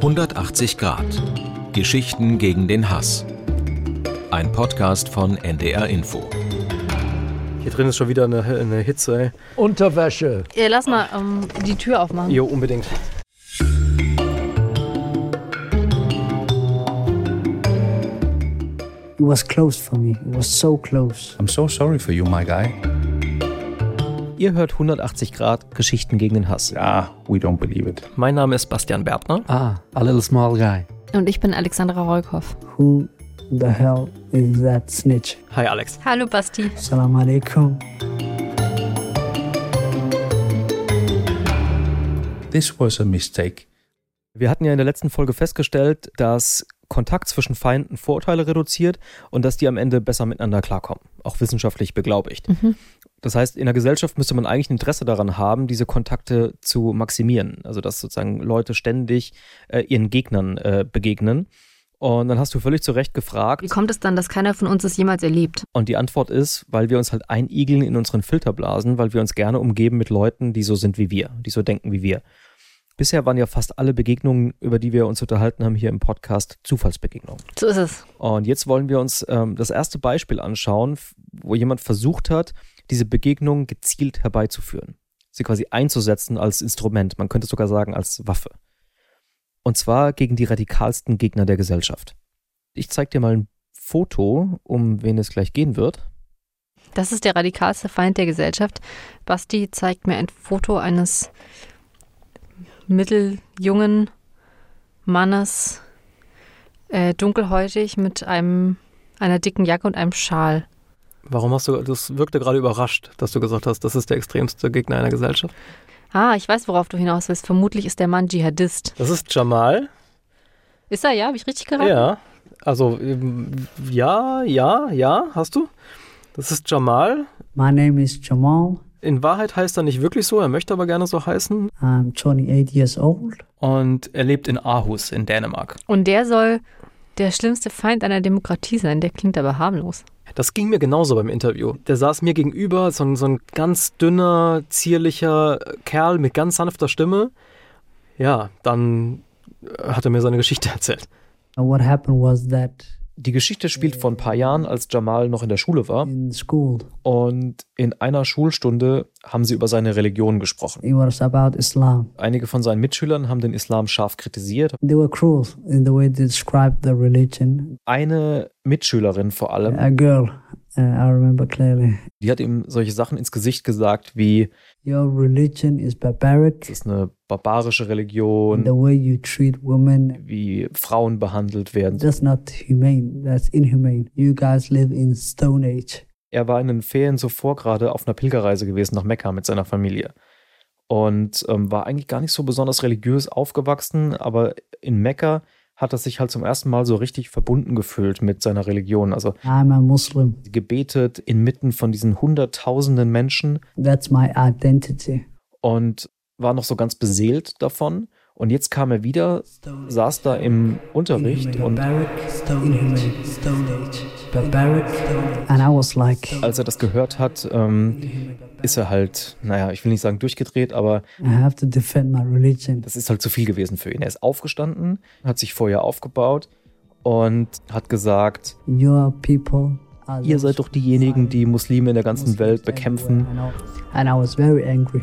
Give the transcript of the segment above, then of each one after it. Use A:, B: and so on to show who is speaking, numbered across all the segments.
A: 180 Grad. Geschichten gegen den Hass. Ein Podcast von NDR Info.
B: Hier drin ist schon wieder eine, eine Hitze. Ey.
C: Unterwäsche.
D: Ja, lass mal ähm, die Tür aufmachen.
B: Jo, unbedingt.
E: It was close for me. It was so close.
F: I'm so sorry for you, my guy.
G: Ihr hört 180 Grad Geschichten gegen den Hass.
F: Ah, we don't believe it.
G: Mein Name ist Bastian Bertner.
H: Ah, a little small guy.
D: Und ich bin Alexandra Rollkoff.
E: Who the hell is that snitch?
G: Hi Alex.
D: Hallo Basti.
E: Salam alaikum.
F: This was a mistake.
G: Wir hatten ja in der letzten Folge festgestellt, dass Kontakt zwischen Feinden Vorurteile reduziert und dass die am Ende besser miteinander klarkommen, auch wissenschaftlich beglaubigt.
D: Mhm.
G: Das heißt, in der Gesellschaft müsste man eigentlich ein Interesse daran haben, diese Kontakte zu maximieren. Also, dass sozusagen Leute ständig äh, ihren Gegnern äh, begegnen. Und dann hast du völlig zu Recht gefragt.
D: Wie kommt es dann, dass keiner von uns es jemals erlebt?
G: Und die Antwort ist, weil wir uns halt einigeln in unseren Filterblasen, weil wir uns gerne umgeben mit Leuten, die so sind wie wir, die so denken wie wir. Bisher waren ja fast alle Begegnungen, über die wir uns unterhalten haben, hier im Podcast Zufallsbegegnungen.
D: So ist es.
G: Und jetzt wollen wir uns ähm, das erste Beispiel anschauen, f- wo jemand versucht hat, diese Begegnung gezielt herbeizuführen. Sie quasi einzusetzen als Instrument, man könnte sogar sagen als Waffe. Und zwar gegen die radikalsten Gegner der Gesellschaft. Ich zeige dir mal ein Foto, um wen es gleich gehen wird.
D: Das ist der radikalste Feind der Gesellschaft. Basti zeigt mir ein Foto eines mitteljungen Mannes, äh, dunkelhäutig, mit einem, einer dicken Jacke und einem Schal.
B: Warum hast du, das wirkte gerade überrascht, dass du gesagt hast, das ist der extremste Gegner einer Gesellschaft.
D: Ah, ich weiß, worauf du hinaus willst. Vermutlich ist der Mann Dschihadist.
B: Das ist Jamal.
D: Ist er, ja? Habe ich richtig geraten?
B: Ja. Also, ähm, ja, ja, ja, hast du. Das ist Jamal.
E: My name is Jamal.
B: In Wahrheit heißt er nicht wirklich so, er möchte aber gerne so heißen.
E: I'm 28 years old.
I: und er lebt in Aarhus in Dänemark.
D: Und der soll der schlimmste Feind einer Demokratie sein. Der klingt aber harmlos.
B: Das ging mir genauso beim Interview. Der saß mir gegenüber, so ein, so ein ganz dünner, zierlicher Kerl mit ganz sanfter Stimme. Ja, dann hat er mir seine Geschichte erzählt.
E: And what happened was that
G: Die Geschichte spielt vor ein paar Jahren, als Jamal noch in der Schule war.
E: in school
G: Und in einer Schulstunde haben sie über seine Religion gesprochen.
E: it was about Islam.
G: Einige von seinen Mitschülern haben den Islam scharf kritisiert.
E: They were cruel in the way they described the religion.
G: Eine Mitschülerin vor allem,
E: A girl, uh, I remember clearly.
G: die hat ihm solche Sachen ins Gesicht gesagt wie,
E: Your religion
G: es
E: is barbaric.
G: ist eine barbarische
E: The
G: Religion,
E: way you treat women
G: wie Frauen behandelt werden.
E: That's not humane. That's inhumane. You guys live in Stone Age.
G: Er war in den Ferien zuvor gerade auf einer Pilgerreise gewesen nach Mekka mit seiner Familie. Und ähm, war eigentlich gar nicht so besonders religiös aufgewachsen, aber in Mekka hat er sich halt zum ersten Mal so richtig verbunden gefühlt mit seiner Religion. Also
E: I'm a Muslim.
G: gebetet inmitten von diesen hunderttausenden Menschen
E: That's my identity.
G: und war noch so ganz beseelt davon. Und jetzt kam er wieder, saß da im Unterricht und
E: Barbaric, Stone Age, Stone Age, barbaric. And I was like,
G: als er das gehört hat, ähm, ist er halt, naja, ich will nicht sagen durchgedreht, aber
E: I have to defend my religion.
G: das ist halt zu viel gewesen für ihn. Er ist aufgestanden, hat sich vorher aufgebaut und hat gesagt,
E: Your people are
G: ihr seid doch diejenigen, die Muslime in der ganzen Welt bekämpfen.
E: And I was very angry.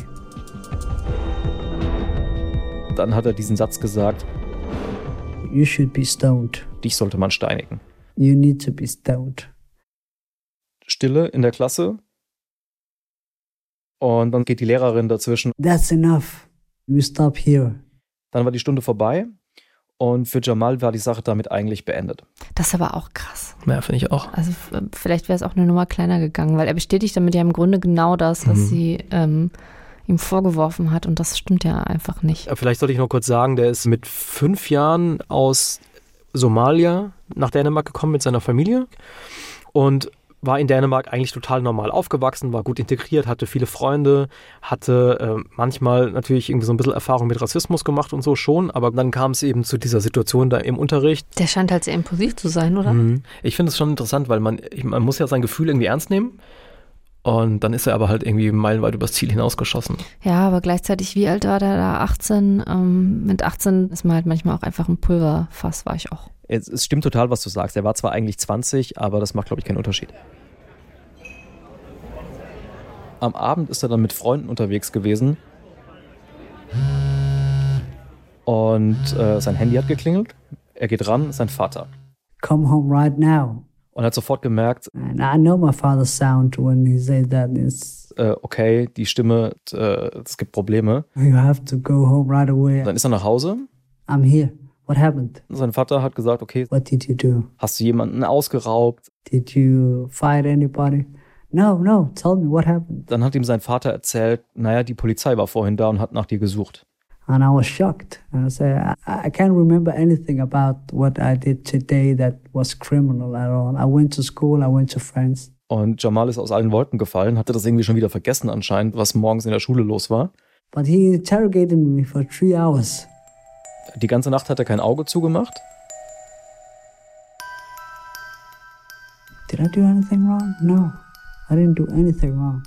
G: Dann hat er diesen Satz gesagt,
E: You should be stoned.
G: dich sollte man steinigen.
E: You need to be stoned.
G: Stille in der Klasse. Und dann geht die Lehrerin dazwischen.
E: That's enough. You stop here.
G: Dann war die Stunde vorbei. Und für Jamal war die Sache damit eigentlich beendet.
D: Das ist aber auch krass.
B: Ja, finde ich auch.
D: Also f- vielleicht wäre es auch eine Nummer kleiner gegangen, weil er bestätigt damit ja im Grunde genau das, was
B: Mhm.
D: sie ähm, ihm vorgeworfen hat. Und das stimmt ja einfach nicht.
B: Ja, Vielleicht sollte ich noch kurz sagen, der ist mit fünf Jahren aus Somalia nach Dänemark gekommen mit seiner Familie und war in Dänemark eigentlich total normal aufgewachsen, war gut integriert, hatte viele Freunde, hatte äh, manchmal natürlich irgendwie so ein bisschen Erfahrung mit Rassismus gemacht und so schon, aber dann kam es eben zu dieser Situation da im Unterricht.
D: Der scheint halt sehr impulsiv zu sein, oder?
B: Mhm. Ich finde es schon interessant, weil man, ich, man muss ja sein Gefühl irgendwie ernst nehmen.
J: Und dann ist er aber halt irgendwie meilenweit übers Ziel hinausgeschossen.
D: Ja, aber gleichzeitig, wie alt war der da? 18? Ähm, mit 18 ist man halt manchmal auch einfach ein Pulverfass, war ich auch.
G: Es, es stimmt total, was du sagst. Er war zwar eigentlich 20, aber das macht, glaube ich, keinen Unterschied. Am Abend ist er dann mit Freunden unterwegs gewesen. Und äh, sein Handy hat geklingelt. Er geht ran, sein Vater.
E: Come home right now.
G: Und er hat sofort gemerkt,
E: And I know my father's sound when he says that it's
G: äh, okay, die Stimme, äh, es gibt Probleme.
E: you have to go home right away.
G: Dann ist er nach Hause.
E: I'm here. What happened?
G: Sein Vater hat gesagt, okay,
E: What did you do?
G: hast du jemanden ausgeraubt?
E: Did you fight anybody? No, no. Tell me what happened.
G: Dann hat ihm sein Vater erzählt, naja, die Polizei war vorhin da und hat nach dir gesucht.
E: And I was shocked. And I said, I, I can't remember anything about what I did today that was criminal at all. I went to school. I went to friends.
G: Und Jamal ist aus allen Wolken gefallen, hatte das irgendwie schon wieder vergessen anscheinend, was morgens in der Schule los war.
E: But he interrogated me for three hours.
G: Die ganze Nacht hat er kein Auge zugemacht.
E: Did I do anything wrong? No, I didn't do anything wrong.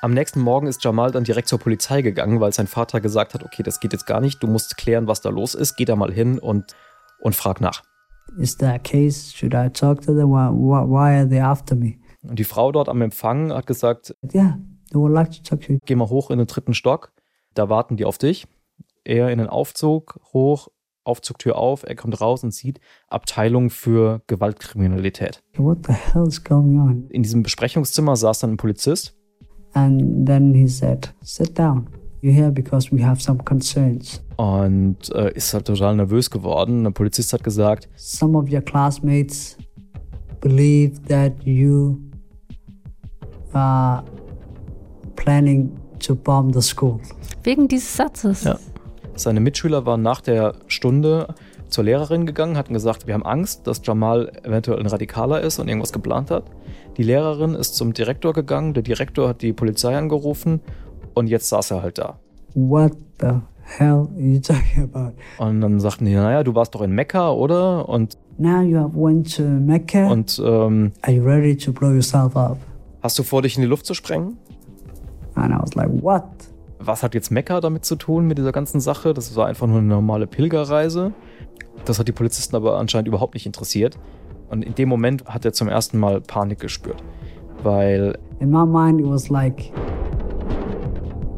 G: Am nächsten Morgen ist Jamal dann direkt zur Polizei gegangen, weil sein Vater gesagt hat, okay, das geht jetzt gar nicht, du musst klären, was da los ist, geh da mal hin und, und frag nach.
E: Is there a case? Should I talk to them? Why, why, why are they after me?
G: Und die Frau dort am Empfang hat gesagt,
E: Yeah, they would like to talk to you.
G: geh mal hoch in den dritten Stock, da warten die auf dich. Er in den Aufzug, hoch, Aufzugtür auf, er kommt raus und sieht Abteilung für Gewaltkriminalität.
E: What the hell is going on?
G: In diesem Besprechungszimmer saß dann ein Polizist
E: And then he said, Sit down. You're here because we have some concerns.
G: und äh, ist halt total nervös geworden. Der Polizist hat gesagt,
E: Some of your classmates believe that you are planning to bomb the school.
D: Wegen dieses Satzes.
G: Ja. seine Mitschüler waren nach der Stunde zur Lehrerin gegangen, hatten gesagt, wir haben Angst, dass Jamal eventuell ein Radikaler ist und irgendwas geplant hat. Die Lehrerin ist zum Direktor gegangen, der Direktor hat die Polizei angerufen und jetzt saß er halt da.
E: What the hell are you talking about?
G: Und dann sagten die, naja, du warst doch in Mekka, oder? Und,
E: Now you have went to Mecca.
G: und ähm,
E: Are you ready to blow yourself up?
G: hast du vor, dich in die Luft zu sprengen?
E: And I was like, What?
G: Was hat jetzt Mekka damit zu tun, mit dieser ganzen Sache? Das war einfach nur eine normale Pilgerreise. Das hat die Polizisten aber anscheinend überhaupt nicht interessiert. Und in dem Moment hat er zum ersten Mal Panik gespürt. Weil,
E: In my mind, it was like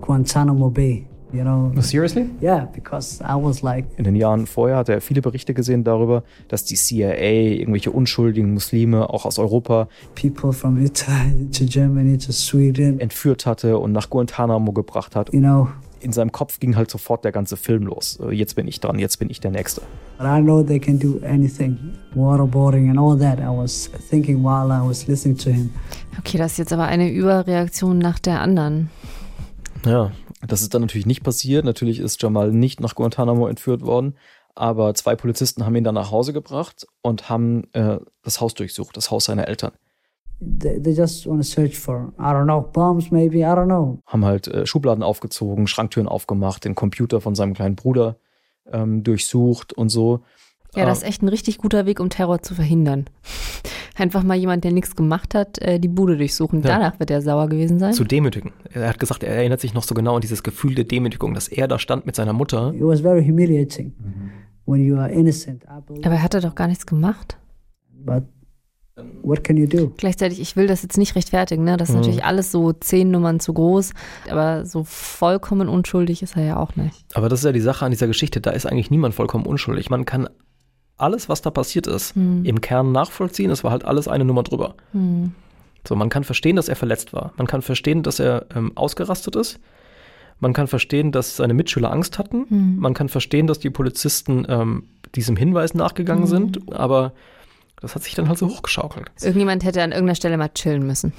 E: Guantanamo Bay, you know?
B: Seriously?
E: Yeah, because I was like,
G: in den Jahren vorher hat er viele Berichte gesehen darüber, dass die CIA irgendwelche unschuldigen Muslime auch aus Europa
E: people from Italy to Germany to Sweden,
G: entführt hatte und nach Guantanamo gebracht hat.
E: you know?
G: in seinem Kopf ging halt sofort der ganze Film los. Äh, Jetzt bin ich dran, jetzt bin ich der Nächste.
E: But I know they can do anything, waterboarding and all that. I was thinking while I was listening to him.
D: Okay, das ist jetzt aber eine Überreaktion nach der anderen.
G: Ja. Das ist dann natürlich nicht passiert. Natürlich ist Jamal nicht nach Guantanamo entführt worden. Aber zwei Polizisten haben ihn dann nach Hause gebracht und haben äh, das Haus durchsucht, das Haus seiner Eltern.
E: They, they just want to search for, I don't know, bombs maybe, I don't know.
G: Haben halt äh, Schubladen aufgezogen, Schranktüren aufgemacht, den Computer von seinem kleinen Bruder ähm, durchsucht und so.
D: Ja, das ist echt ein richtig guter Weg, um Terror zu verhindern. Einfach mal jemand, der nichts gemacht hat, äh, die Bude durchsuchen.
J: Ja.
D: Danach wird er sauer gewesen sein.
J: Zu demütigen. Er hat gesagt, er erinnert sich noch so genau an dieses Gefühl der Demütigung, dass er da stand mit seiner Mutter.
E: It was very humiliating when you are innocent. I believe,
D: aber er hatte doch gar nichts gemacht.
E: but what can you do?
D: Gleichzeitig, ich will das jetzt nicht rechtfertigen, ne? Das ist natürlich alles so zehn Nummern zu groß, aber so vollkommen unschuldig ist er ja auch nicht.
J: Aber das ist ja die Sache an dieser Geschichte, da ist eigentlich niemand vollkommen unschuldig. Man kann alles, was da passiert ist, im Kern nachvollziehen. Es war halt alles eine Nummer drüber.
D: Mhm.
J: So, man kann verstehen, dass er verletzt war. Man kann verstehen, dass er ähm, ausgerastet ist. Man kann verstehen, dass seine Mitschüler Angst hatten. Man kann verstehen, dass die Polizisten ähm, diesem Hinweis nachgegangen sind. Aber das hat sich dann halt so hochgeschaukelt.
D: Irgendjemand hätte an irgendeiner Stelle mal chillen müssen.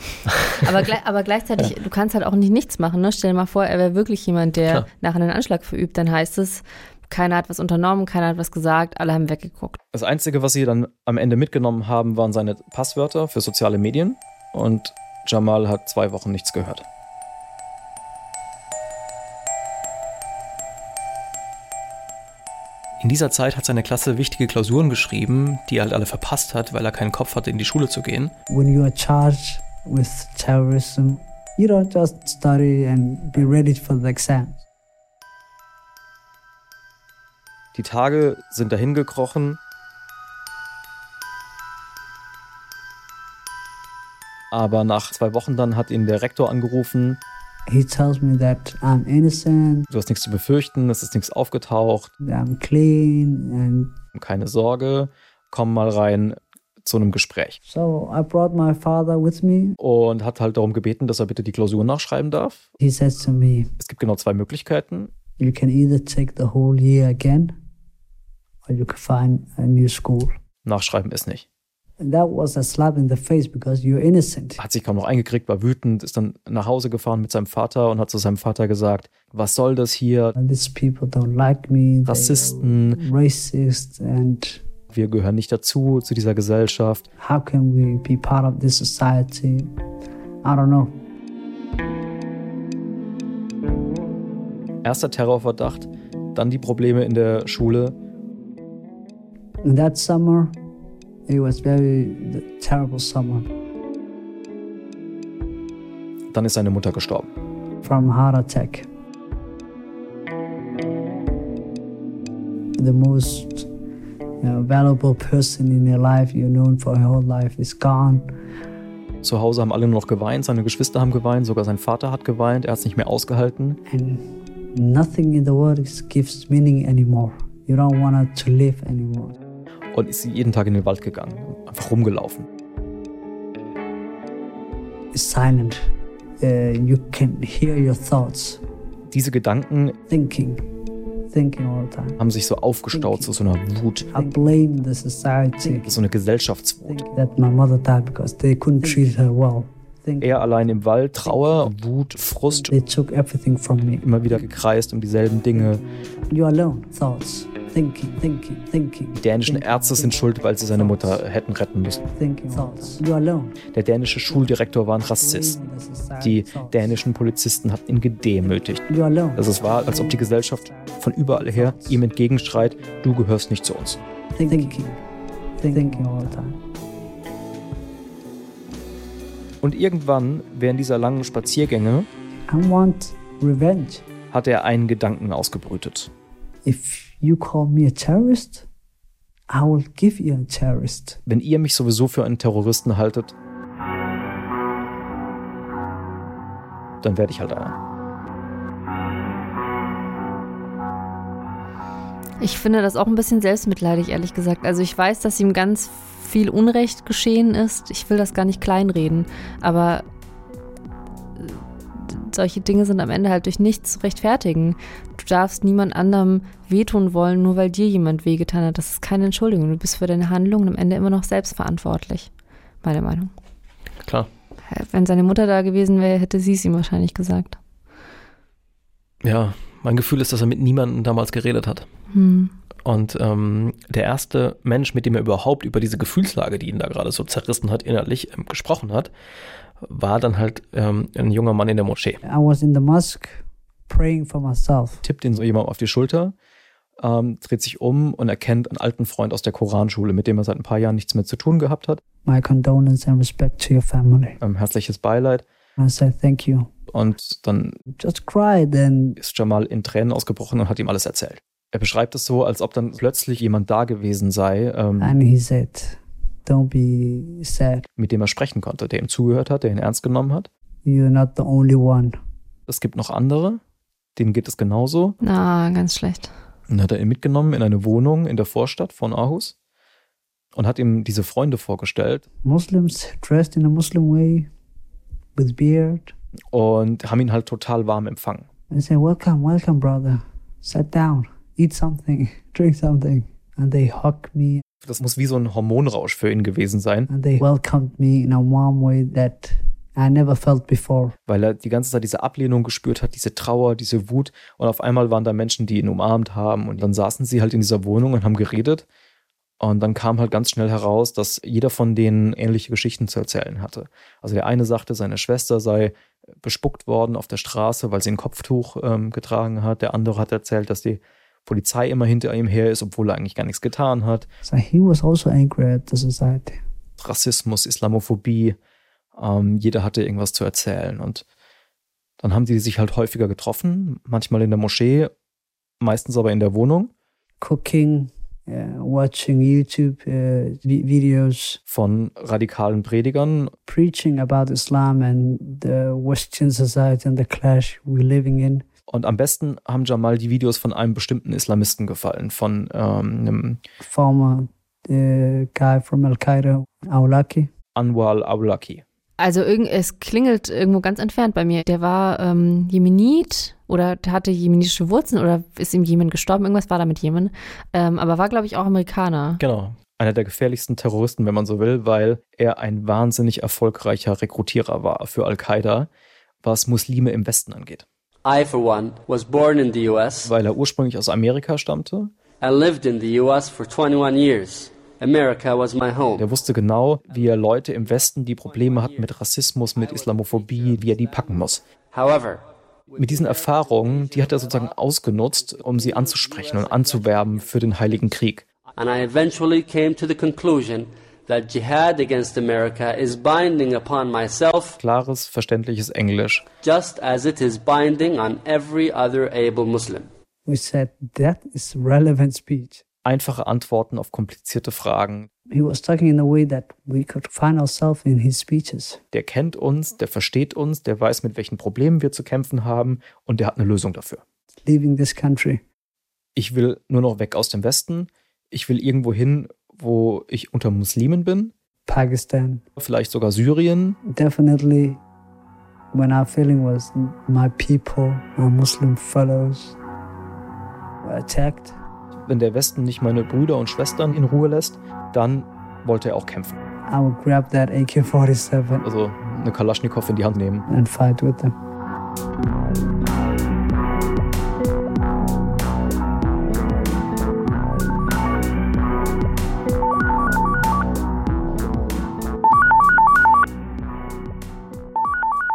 D: Aber, gle aber gleichzeitig, du kannst halt auch nicht nichts machen. Ne? Stell dir mal vor, er wäre wirklich jemand, der
J: Klar.
D: nachher einen Anschlag verübt. Dann heißt es, keiner hat was unternommen, keiner hat was gesagt, alle haben weggeguckt.
G: Das Einzige, was sie dann am Ende mitgenommen haben, waren seine Passwörter für soziale Medien. Und Jamal hat zwei Wochen nichts gehört.
B: In dieser Zeit hat seine Klasse wichtige Klausuren geschrieben, die er halt alle verpasst hat, weil er keinen Kopf hatte, in die Schule zu gehen.
E: When you are charged with terrorism, you don't just study and be ready for the exams.
G: Die Tage sind dahin gekrochen. Aber nach zwei Wochen dann hat ihn der Rektor angerufen.
E: He tells me that I'm innocent,
G: Du hast nichts zu befürchten, es ist nichts aufgetaucht,
E: I'm clean, and
G: keine Sorge, komm mal rein zu einem Gespräch.
E: so I brought my father with me.
G: Und hat halt darum gebeten, dass er bitte die Klausur nachschreiben darf.
E: He says to me,
G: Es gibt genau zwei Möglichkeiten.
E: You can either take the whole year again, or you can find a new school.
G: Nachschreiben ist nicht.
E: And that was a slap in the face because you're innocent.
G: Hat sich kaum noch eingekriegt, war wütend, ist dann nach Hause gefahren mit seinem Vater und hat zu seinem Vater gesagt, was soll das hier?
E: And these people don't like me. They are
G: Rassisten,
E: Racist, and
G: wir gehören nicht dazu, zu dieser Gesellschaft.
E: how can we be part of this society? I don't know.
G: Erster Terrorverdacht, dann die Probleme in der Schule.
E: And that summer, it was very the terrible summer
G: Dann ist seine Mutter gestorben.
E: from heart attack. The most you know, valuable person in your life, you're known for your whole life, is gone.
G: Zu Hause haben alle nur noch geweint, seine Geschwister haben geweint, sogar sein Vater hat geweint, er hat es nicht mehr ausgehalten.
E: and nothing in the world is- gives meaning anymore. You don't want to live anymore.
G: und ist jeden Tag in den Wald gegangen, einfach rumgelaufen.
E: It's silent. Uh, you can hear your thoughts,
G: Diese Gedanken
E: thinking, thinking all the time.
G: haben sich so aufgestaut zu so einer Wut,
E: I blame the society
G: so eine Gesellschaftswut.
E: that my mother died because they couldn't treat her well. Think
G: Er allein im Wald, Trauer, Wut, Frust,
E: they took everything from me.
G: immer wieder gekreist um dieselben Dinge.
E: You're alone. Thoughts, thinking, thinking, thinking.
G: Die dänischen Ärzte sind schuld, weil sie seine Mutter hätten retten müssen.
E: Thinking thoughts. You're alone.
G: Der dänische Schuldirektor war ein Rassist.
E: Blaming the society
G: Die
E: thoughts.
G: dänischen Polizisten hatten ihn gedemütigt.
E: You're alone.
G: Also es war, als ob die Gesellschaft von überall her ihm entgegenschreit, du gehörst nicht zu uns.
E: thinking, thinking, thinking all the time.
G: Und irgendwann, während dieser langen Spaziergänge,
E: I want revenge.
G: hat er einen Gedanken ausgebrütet.
E: If you call me a terrorist, I will give you a terrorist.
G: wenn ihr mich sowieso für einen Terroristen haltet, dann werde ich halt einer.
D: Ich finde das auch ein bisschen selbstmitleidig, ehrlich gesagt. Also ich weiß, dass ihm ganz viel Unrecht geschehen ist. Ich will das gar nicht kleinreden, aber äh, solche Dinge sind am Ende halt durch nichts zu rechtfertigen. Du darfst niemand anderem wehtun wollen, nur weil dir jemand wehgetan hat. Das ist keine Entschuldigung. Du bist für deine Handlungen am Ende immer noch selbst verantwortlich. Meine Meinung.
B: Klar.
D: Wenn seine Mutter da gewesen wäre, hätte sie es ihm wahrscheinlich gesagt.
B: Ja, mein Gefühl ist, dass er mit niemandem damals geredet hat.
D: Hm.
B: Und ähm, der erste Mensch, mit dem er überhaupt über diese Gefühlslage, die ihn da gerade so zerrissen hat, innerlich ähm, gesprochen hat, war dann halt ähm, ein junger Mann in der Moschee.
E: I was in the mosque praying for myself.
G: Tippt ihn so jemand auf die Schulter, ähm, dreht sich um und erkennt einen alten Freund aus der Koranschule, mit dem er seit ein paar Jahren nichts mehr zu tun gehabt hat.
E: My condolence and respect to your family.
G: Ähm, herzliches Beileid.
E: I said thank you.
G: Und dann
E: Just cried and
G: ist Jamal in Tränen ausgebrochen und hat ihm alles erzählt. Er beschreibt es so, als ob dann plötzlich jemand da gewesen sei, ähm,
E: and he said, "Don't be sad.
G: mit dem er sprechen konnte, der ihm zugehört hat, der ihn ernst genommen hat.
E: You're not the only one."
G: Es gibt noch andere, denen geht es genauso.
D: Ah, ganz schlecht.
G: Und hat er ihn mitgenommen in eine Wohnung in der Vorstadt von Aarhus und hat ihm diese Freunde vorgestellt
E: Muslims dressed in a Muslim way, with beard.
G: und haben ihn halt total warm empfangen.
E: I said, "Welcome, welcome, brother. Sit down, eat something, drink something." And they hugged me
G: Das muss wie so ein Hormonrausch für ihn gewesen sein,
E: and they welcomed me in a warm way that I never felt before.
G: weil er die ganze Zeit diese Ablehnung gespürt hat, diese Trauer, diese Wut. Und auf einmal waren da Menschen, die ihn umarmt haben. Und dann saßen sie halt in dieser Wohnung und haben geredet. Und dann kam halt ganz schnell heraus, dass jeder von denen ähnliche Geschichten zu erzählen hatte. Also der eine sagte, seine Schwester sei bespuckt worden auf der Straße, weil sie ein Kopftuch ähm, getragen hat. Der andere hat erzählt, dass die Polizei immer hinter ihm her ist, obwohl er eigentlich gar nichts getan hat.
E: So he was also angry at the society.
G: Rassismus, Islamophobie, ähm, jeder hatte irgendwas zu erzählen. Und dann haben die sich halt häufiger getroffen, manchmal in der Moschee, meistens aber in der Wohnung
E: Cooking, uh, watching YouTube uh, vi- videos,
G: von radikalen Predigern.
E: preaching about Islam and the Western society and the clash we're living in.
G: Und am besten haben Jamal die Videos von einem bestimmten Islamisten gefallen, von ähm, einem
E: Former uh, guy from Al Qaeda, Awlaki.
G: Anwar al-Awlaki.
D: Also irgend, es klingelt irgendwo ganz entfernt bei mir. Der war ähm, Jemenit oder der hatte jemenitische Wurzeln oder ist im Jemen gestorben. Irgendwas war da mit Jemen. Ähm, aber war, glaube ich, auch Amerikaner.
G: Genau. Einer der gefährlichsten Terroristen, wenn man so will, weil er ein wahnsinnig erfolgreicher Rekrutierer war für Al-Qaida, was Muslime im Westen angeht.
K: I, for one, was born in the US
G: Weil er ursprünglich aus Amerika stammte.
K: and lived in the US for 21 years. America was my home.
G: Der wusste genau, wie er Leute im Westen, die Probleme hatten mit Rassismus, mit Islamophobie, wie er die packen muss.
K: However,
G: Mit diesen Erfahrungen, die hat er sozusagen ausgenutzt, um sie anzusprechen und anzuwerben für den Heiligen Krieg.
K: and I eventually came to the conclusion that jihad against America is binding upon myself
G: Klares, verständliches Englisch.
K: just as it is binding on every other able Muslim.
E: We said that is relevant speech.
G: Einfache Antworten auf komplizierte Fragen.
E: He was talking in a way that we could find ourselves in his speeches.
G: Der kennt uns, der versteht uns, der weiß, mit welchen Problemen wir zu kämpfen haben und der hat eine Lösung dafür.
E: Leaving this country,
G: Ich will nur noch weg aus dem Westen. Ich will irgendwo hin, wo ich unter Muslimen bin.
E: Pakistan.
G: Vielleicht sogar Syrien.
E: Definitely, when our feeling was my people, my Muslim fellows, were attacked.
G: Wenn der Westen nicht meine Brüder und Schwestern in Ruhe lässt, dann wollte er auch kämpfen.
E: I would grab that AK 47
G: Also eine Kalaschnikow in die Hand nehmen.
E: and fight with them.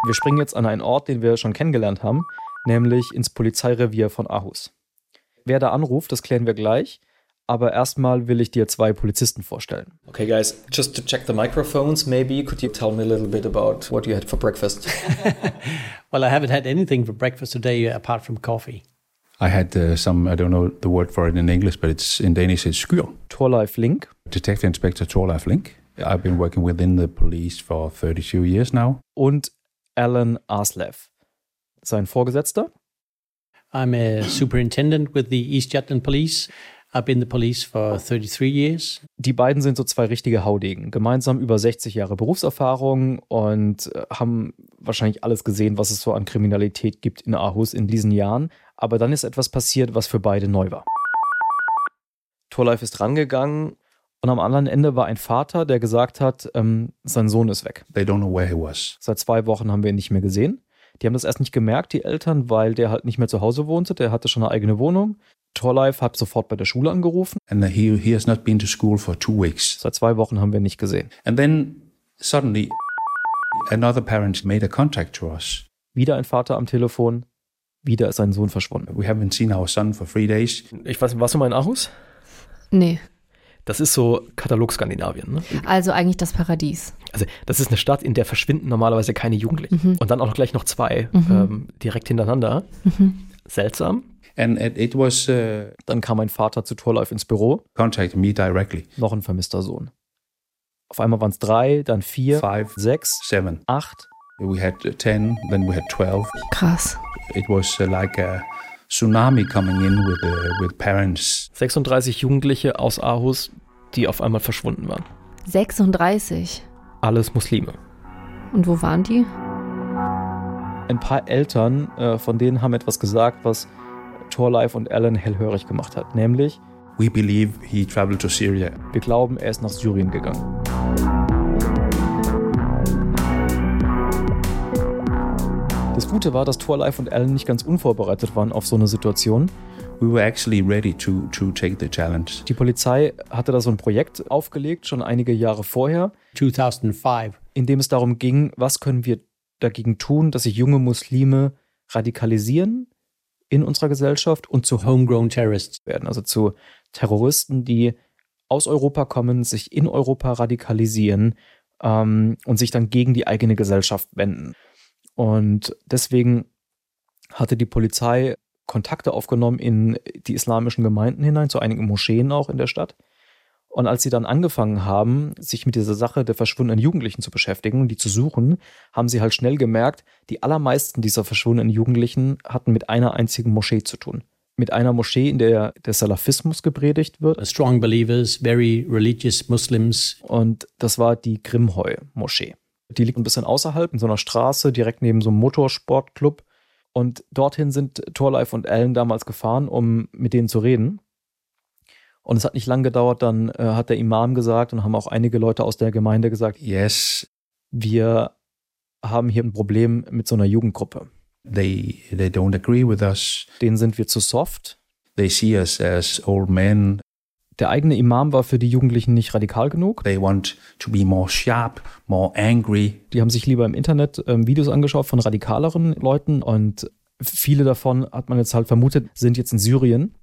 G: Wir springen jetzt an einen Ort, den wir schon kennengelernt haben, nämlich ins Polizeirevier von Aarhus. Wer da anruft, das klären wir gleich. Aber erstmal will ich dir zwei Polizisten vorstellen.
B: Okay, guys, just to check the microphones, maybe could you tell me a little bit about what you had for breakfast?
L: Well, I haven't had anything for breakfast today uh, apart from coffee.
F: I had uh, some, I don't know the word for it in English, but it's in Danish, it's skyr.
G: Torleif Link,
F: Detective Inspector Torleif Link. I've been working within the police for 32 years now.
G: und Alan Aslev, sein Vorgesetzter.
L: I'm a superintendent with the East Jutland Police. I've been the police for 33 years.
G: Die beiden sind so zwei richtige Haudegen. Gemeinsam über 60 Jahre Berufserfahrung und äh, haben wahrscheinlich alles gesehen, was es so an Kriminalität gibt in Aarhus in diesen Jahren. Aber dann ist etwas passiert, was für beide neu war. Torlife ist rangegangen und am anderen Ende war ein Vater, der gesagt hat, ähm, sein Sohn ist weg.
F: They don't know where he was.
G: Seit zwei Wochen haben wir ihn nicht mehr gesehen. Die haben das erst nicht gemerkt, die Eltern, weil der halt nicht mehr zu Hause wohnte. Der hatte schon eine eigene Wohnung. Torlife hat sofort bei der Schule angerufen.
F: And he, he has not been to school for two weeks.
G: Seit zwei Wochen haben wir ihn nicht gesehen.
F: And then suddenly, another parent made a contact to us.
G: Wieder ein Vater am Telefon. Wieder ist sein Sohn verschwunden.
F: We haven't seen our son for three days.
B: ich weiß nicht, warst du mal in Aarhus?
D: Nee.
B: Das ist so Katalog Skandinavien. Ne?
D: Also eigentlich das Paradies.
B: Also das ist eine Stadt, in der verschwinden normalerweise keine Jugendlichen. Und dann auch noch gleich noch zwei ähm, direkt hintereinander.
D: Mhm.
B: Seltsam.
F: And it, it was uh,
G: Dann kam ein Vater zu Torlife ins Büro.
F: contacted me directly.
G: Noch ein vermisster Sohn. Auf einmal waren es drei, dann vier,
F: Five,
G: sechs,
F: seven.
G: acht.
F: We had uh, 10, then we had 12.
D: Krass.
F: It was uh, like a tsunami coming in with, uh, with parents.
B: 36 Jugendliche aus Aarhus, die auf einmal verschwunden waren.
D: 36.
B: Alles Muslime.
D: Und wo waren die?
G: Ein paar Eltern äh, von denen haben etwas gesagt, was Torlife und Alan hellhörig gemacht hat. Nämlich,
F: We believe he traveled to Syria.
G: wir glauben, er ist nach Syrien gegangen. Das Gute war, dass Torlife und Alan nicht ganz unvorbereitet waren auf so eine Situation.
F: We were actually ready to, to take the challenge.
G: Die Polizei hatte da so ein Projekt aufgelegt, schon einige Jahre vorher,
L: 2005.
G: in dem es darum ging, was können wir dagegen tun, dass sich junge Muslime radikalisieren,
B: in unserer Gesellschaft und zu
L: homegrown terrorists
B: werden, also zu Terroristen, die aus Europa kommen, sich in Europa radikalisieren ähm, und sich dann gegen die eigene Gesellschaft wenden. Und deswegen hatte die Polizei Kontakte aufgenommen in die islamischen Gemeinden hinein, zu einigen Moscheen auch in der Stadt. Und als sie dann angefangen haben, sich mit dieser Sache der verschwundenen Jugendlichen zu beschäftigen und die zu suchen, haben sie halt schnell gemerkt, die allermeisten dieser verschwundenen Jugendlichen hatten mit einer einzigen Moschee zu tun. Mit einer Moschee, in der der Salafismus gepredigt wird.
L: Strong believers, very religious Muslims.
B: Und das war die Grimheu-Moschee. Die liegt ein bisschen außerhalb, in so einer Straße, direkt neben so einem Motorsportclub. Und dorthin sind Torlife und Allen damals gefahren, um mit denen zu reden. Und es hat nicht lang gedauert, dann äh, hat der Imam gesagt und haben auch einige Leute aus der Gemeinde gesagt,
F: yes,
B: wir haben hier ein Problem mit so einer Jugendgruppe.
F: they they don't agree with us.
B: Denen sind wir zu soft.
F: They see us as old men.
B: Der eigene Imam war für die Jugendlichen nicht radikal genug.
F: They want to be more sharp, more angry.
B: Die haben sich lieber im Internet ähm, Videos angeschaut von radikaleren Leuten und viele davon hat man jetzt halt vermutet, sind jetzt in Syrien.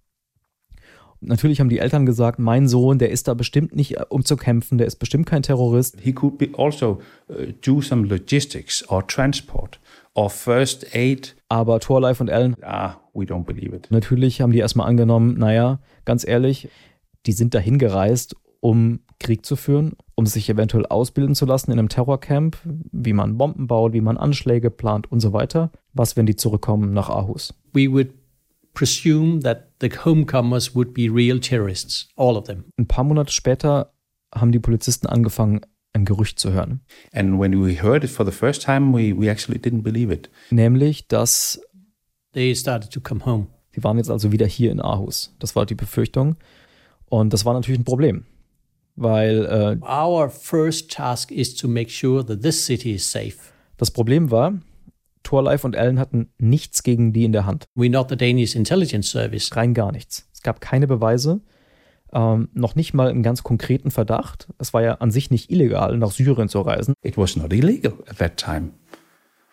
B: Und natürlich haben die Eltern gesagt, mein Sohn, der ist da bestimmt nicht äh, um zu kämpfen, der ist bestimmt kein Terrorist.
F: He could be also uh, do some logistics or transport or first aid.
B: Aber Torlife und Allen,
F: Ah, we don't believe it.
B: natürlich haben die erstmal angenommen, naja, ganz ehrlich, die sind dahin gereist, um Krieg zu führen, um sich eventuell ausbilden zu lassen in einem Terrorcamp, wie man Bomben baut, wie man Anschläge plant und so weiter. Was, wenn die zurückkommen nach Aarhus?
L: We would presume that the homecomers would be real terrorists, all of them.
B: Ein paar Monate später haben die Polizisten angefangen, ein Gerücht zu hören.
F: And when we heard it for the first time, we, we actually didn't believe it.
B: Nämlich, dass
L: They started to come home.
B: die waren jetzt also wieder hier in Aarhus. Das war die Befürchtung. Und das war natürlich ein Problem, weil äh,
L: Our first task is to make sure that this city is safe.
B: das Problem war, Torlife und Allen hatten nichts gegen die in der Hand.
L: We're not the Danish intelligence service.
B: rein gar nichts. Es gab keine Beweise, ähm, noch nicht mal einen ganz konkreten Verdacht. Es war ja an sich nicht illegal, nach Syrien zu reisen.
F: It was not illegal at that time.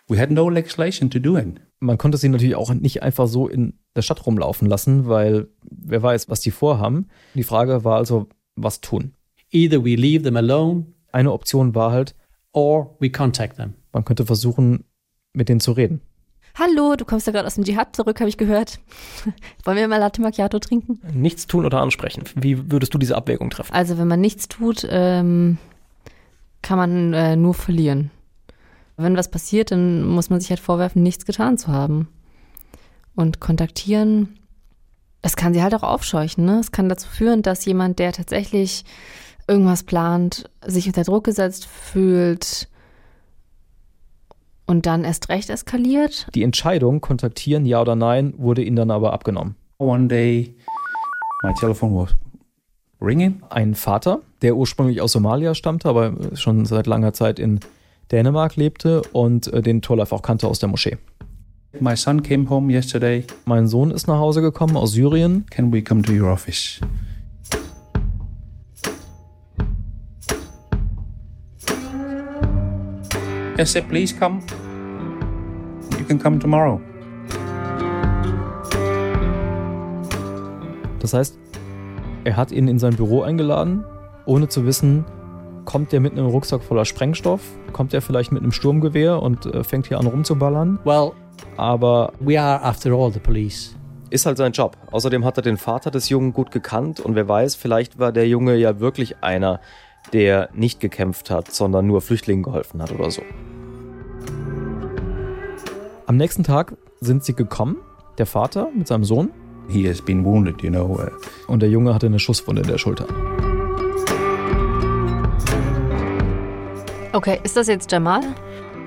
F: We had no legislation to do it.
B: Man konnte sie natürlich auch nicht einfach so in der Stadt rumlaufen lassen, weil wer weiß, was die vorhaben. Die Frage war also, was tun?
L: Either we leave them alone
B: Eine Option war halt,
L: or we contact them.
B: man könnte versuchen, mit denen zu reden.
D: Hallo, du kommst ja gerade aus dem Dschihad zurück, habe ich gehört. Wollen wir mal Latte Macchiato trinken?
M: Nichts tun oder ansprechen. Wie würdest du diese Abwägung treffen?
D: Also, wenn man nichts tut, ähm, kann man äh, nur verlieren. Wenn was passiert, dann muss man sich halt vorwerfen, nichts getan zu haben. Und kontaktieren, es kann sie halt auch aufscheuchen. Ne? Es kann dazu führen, dass jemand, der tatsächlich irgendwas plant, sich unter Druck gesetzt fühlt und dann erst recht eskaliert.
B: Die Entscheidung, kontaktieren, ja oder nein, wurde ihnen dann aber abgenommen.
F: One day, my telephone was ringing.
B: einen Vater, der ursprünglich aus Somalia stammte, aber schon seit langer Zeit in Dänemark lebte und äh, den Torleif auch kannte aus der Moschee.
F: My son came home yesterday.
B: Mein Sohn ist nach Hause gekommen aus Syrien.
F: Can we come to your office? Yes, sir, please come. You can come tomorrow.
B: Das heißt, er hat ihn in sein Büro eingeladen, ohne zu wissen, kommt er mit einem Rucksack voller Sprengstoff, kommt er vielleicht mit einem Sturmgewehr und äh, fängt hier an rumzuballern,
L: Well,
B: aber
L: we are after all the police.
N: Ist halt sein Job. Außerdem hat er den Vater des Jungen gut gekannt und wer weiß, vielleicht war der Junge ja wirklich einer, der nicht gekämpft hat, sondern nur Flüchtlingen geholfen hat oder so.
B: am nächsten Tag sind sie gekommen, der Vater mit seinem Sohn
F: He has been wounded, you know. Uh,
B: und der Junge hatte eine Schusswunde in der Schulter.
O: Okay, ist das jetzt Jamal?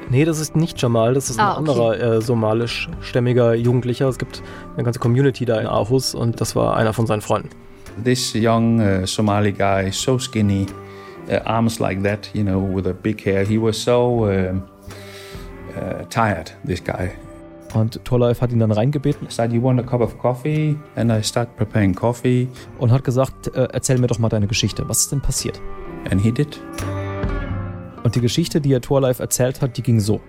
G: Nee, das ist nicht Jamal, das ist ein
O: Ah, okay.
G: anderer äh, somalischstämmiger Jugendlicher. Es gibt eine ganze Community da in Aarhus und das war einer von seinen Freunden.
F: this young uh, Somali guy, so skinny, uh, arms like that, you know, with a big hair. He was so um, uh, tired, this guy.
B: Und Torleif hat ihn dann reingebeten
F: I said, You want a cup of coffee? And I start preparing coffee.
B: und hat gesagt, äh, erzähl mir doch mal deine Geschichte. Was ist denn passiert?
F: And he did.
B: Und die Geschichte, die er Torlife erzählt hat, die ging so.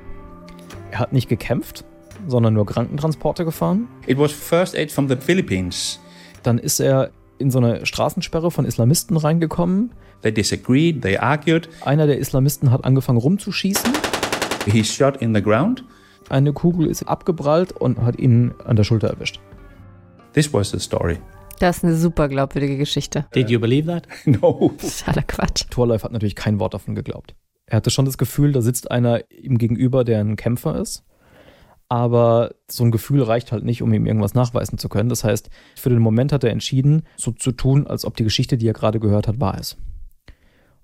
B: Er hat nicht gekämpft, sondern nur Krankentransporte gefahren.
F: It was first aid from the Philippines.
B: Dann ist er in so eine Straßensperre von Islamisten reingekommen.
F: They disagreed, they argued.
B: Einer der Islamisten hat angefangen rumzuschießen.
F: He shot in the ground.
B: Eine Kugel ist abgeprallt und hat ihn an der Schulter erwischt.
F: This was the story.
P: Das ist eine super glaubwürdige Geschichte.
L: Did you believe that?
F: No.
P: Das ist aller Quatsch.
B: Torlife hat natürlich kein Wort davon geglaubt. Er hatte schon das Gefühl, da sitzt einer ihm gegenüber, der ein Kämpfer ist. Aber so ein Gefühl reicht halt nicht, um ihm irgendwas nachweisen zu können. Das heißt, für den Moment hat er entschieden, so zu tun, als ob die Geschichte, die er gerade gehört hat, wahr ist.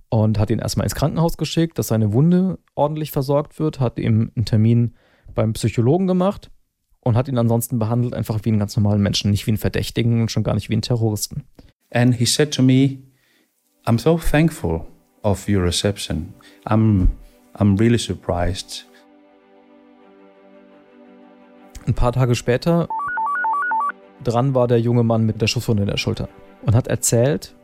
B: Und hat ihn erstmal ins Krankenhaus geschickt, dass seine Wunde ordentlich versorgt wird, hat ihm einen Termin beim Psychologen gemacht und hat ihn ansonsten behandelt einfach wie einen ganz normalen Menschen, nicht wie einen Verdächtigen und schon gar nicht wie einen Terroristen.
F: And he said to me, I'm so thankful of your reception. I'm, I'm really surprised.
B: Ein paar Tage später dran war der junge Mann mit der Schusswunde in der Schulter und hat erzählt,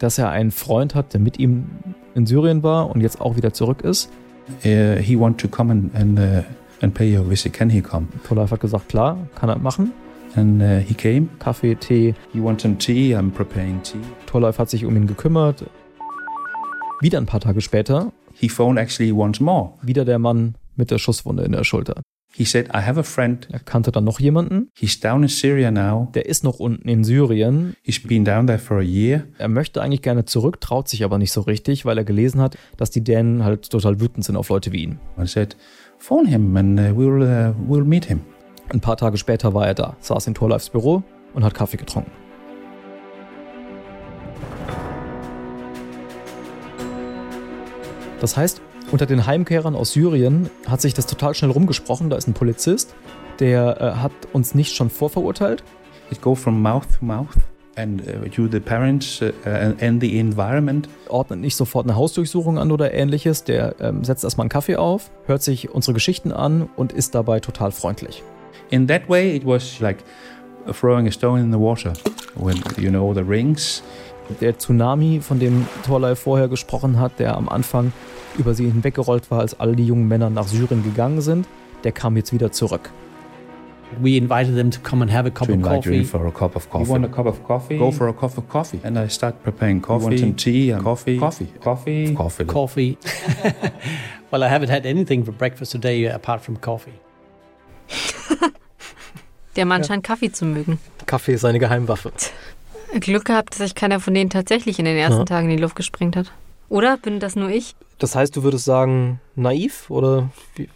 B: dass er einen Freund hat, der mit ihm in Syrien war und jetzt auch wieder zurück ist.
F: Uh, he want to come and, and uh and pay your visit. Can he come?
B: Tolife hat gesagt, klar, kann er machen.
F: And uh, he came.
B: Kaffee, Tee.
F: You want some tea? I'm preparing tea.
B: Tolife hat sich um ihn gekümmert. Wieder ein paar Tage später.
F: He phoned actually once more.
B: Wieder der Mann mit der Schusswunde in der Schulter.
F: He said, I have a friend.
B: Er kannte dann noch jemanden.
F: He's down in Syria now.
B: Der ist noch unten in Syrien.
F: He's been down there for a year.
B: Er möchte eigentlich gerne zurück, traut sich aber nicht so richtig, weil er gelesen hat, dass die Dänen halt total wütend sind auf Leute wie ihn.
F: I said, phone him and we'll, uh, we'll meet him.
B: Ein paar Tage später war er da, saß in Torleifs Büro und hat Kaffee getrunken. Das heißt, unter den Heimkehrern aus Syrien hat sich das total schnell rumgesprochen. Da ist ein Polizist, der äh, hat uns nicht schon vorverurteilt.
F: It go from mouth to mouth and uh, to the parents uh, and the environment.
B: Ordnet nicht sofort eine Hausdurchsuchung an oder ähnliches, der ähm, setzt erstmal einen Kaffee auf, hört sich unsere Geschichten an und ist dabei total freundlich.
F: In that way it was like throwing a stone in the water when you know the rings.
B: Der Tsunami, von dem Torlei vorher gesprochen hat, der am Anfang über sie hinweggerollt war, als all die jungen Männer nach Syrien gegangen sind, der kam jetzt wieder zurück.
L: We invited them to come and have a cup
F: to
L: of
F: invite
L: coffee.
F: you in for a cup of coffee.
A: You want a cup of coffee?
F: Go for a cup of coffee. And I start preparing
A: You
F: coffee.
A: want some tea and
F: coffee.
A: coffee,
F: Coffee. Coffee.
L: coffee. well, I haven't had anything for breakfast today uh, apart from coffee.
D: Der Mann scheint Kaffee zu mögen.
G: Kaffee ist seine Geheimwaffe.
D: Glück gehabt, dass sich keiner von denen tatsächlich in den ersten
G: Ja.
D: Tagen in die Luft gesprengt hat. Oder bin das nur ich?
G: Das heißt, du würdest sagen, naiv oder wie?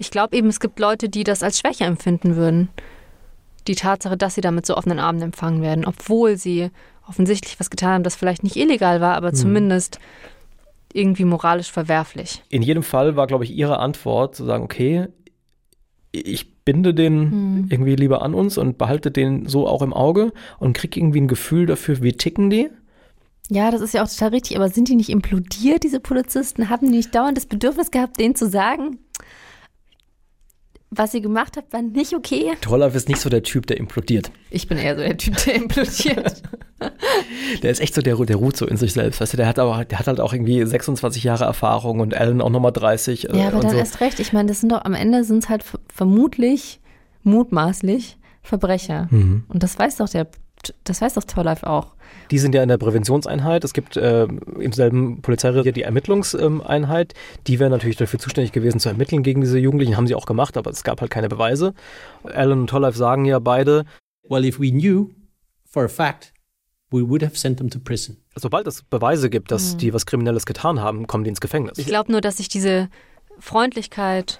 D: Ich glaube eben, es gibt Leute, die das als Schwäche empfinden würden. Die Tatsache, dass sie damit so offenen Armen empfangen werden, obwohl sie offensichtlich was getan haben, das vielleicht nicht illegal war, aber
Q: Hm.
D: zumindest irgendwie moralisch verwerflich.
Q: In jedem Fall war, glaube ich, ihre Antwort zu sagen, okay, ich binde den
D: Hm.
Q: irgendwie lieber an uns und behalte den so auch im Auge und krieg irgendwie ein Gefühl dafür, wie ticken die.
P: Ja, das ist ja auch total richtig. Aber sind die nicht implodiert, diese Polizisten? Haben die nicht dauernd das Bedürfnis gehabt, denen zu sagen, was ihr gemacht habt, war nicht okay?
Q: Torlauf ist nicht so der Typ, der implodiert.
P: Ich bin eher so der Typ, der implodiert.
Q: Der ist echt so, der, ru- der ruht so in sich selbst. Weißt du, der hat aber, der hat halt auch irgendwie 26 Jahre Erfahrung und Alan auch nochmal 30. äh,
P: ja, aber
Q: und
P: dann
Q: so.
P: erst recht. Ich meine, das sind doch am Ende sind es halt ver- vermutlich, mutmaßlich Verbrecher.
G: Mhm.
P: Und das weiß doch der, das weiß doch Torlife auch.
G: Die sind ja in der Präventionseinheit. Es gibt äh, im selben Polizeirevier die Ermittlungseinheit. Die wäre natürlich dafür zuständig gewesen, zu ermitteln gegen diese Jugendlichen. Haben sie auch gemacht, aber es gab halt keine Beweise. Alan und Tollife sagen ja beide,
L: Well, if we knew for a fact, we would have sent them to prison.
G: sobald es Beweise gibt, dass die was Kriminelles getan haben, kommen die ins Gefängnis.
D: Ich glaube nur, dass sich diese Freundlichkeit,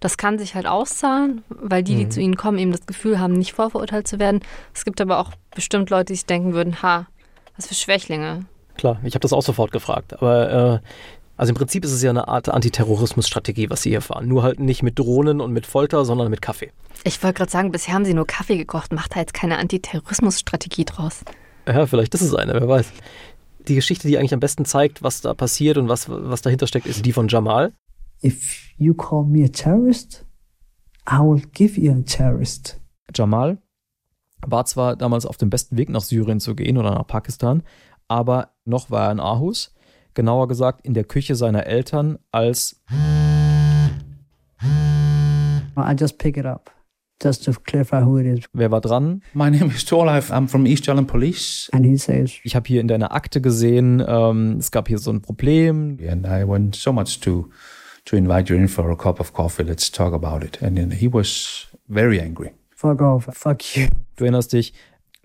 D: das kann sich halt auszahlen, weil die, die
G: Mhm.
D: zu ihnen kommen, eben das Gefühl haben, nicht vorverurteilt zu werden. Es gibt aber auch bestimmt Leute, die sich denken würden, ha, was für Schwächlinge.
G: Klar, ich habe das auch sofort gefragt. Aber äh, also im Prinzip ist es ja eine Art Antiterrorismusstrategie, was sie hier fahren. Nur halt nicht mit Drohnen und mit Folter, sondern mit Kaffee.
D: Ich wollte gerade sagen, bisher haben sie nur Kaffee gekocht, macht da jetzt keine Antiterrorismusstrategie draus.
G: Ja, vielleicht ist es eine, wer weiß. Die Geschichte, die eigentlich am besten zeigt, was da passiert und was, was dahinter steckt, ist die von Jamal.
E: If you call me a terrorist, I will give you a terrorist.
B: Jamal war zwar damals auf dem besten Weg nach Syrien zu gehen oder nach Pakistan, aber noch war er in Aarhus, genauer gesagt in der Küche seiner Eltern, als
E: I just pick it up, just to clarify who it is.
G: Wer war dran?
F: My name is Torleif. I'm from East Jutland Police.
E: And he says,
G: Ich habe hier in deiner Akte gesehen, ähm, es gab hier so ein Problem.
F: And I want so much to to invite you in for a cup of coffee. Let's talk about it. And then he was very angry.
E: fuck off, fuck you.
G: Du erinnerst dich,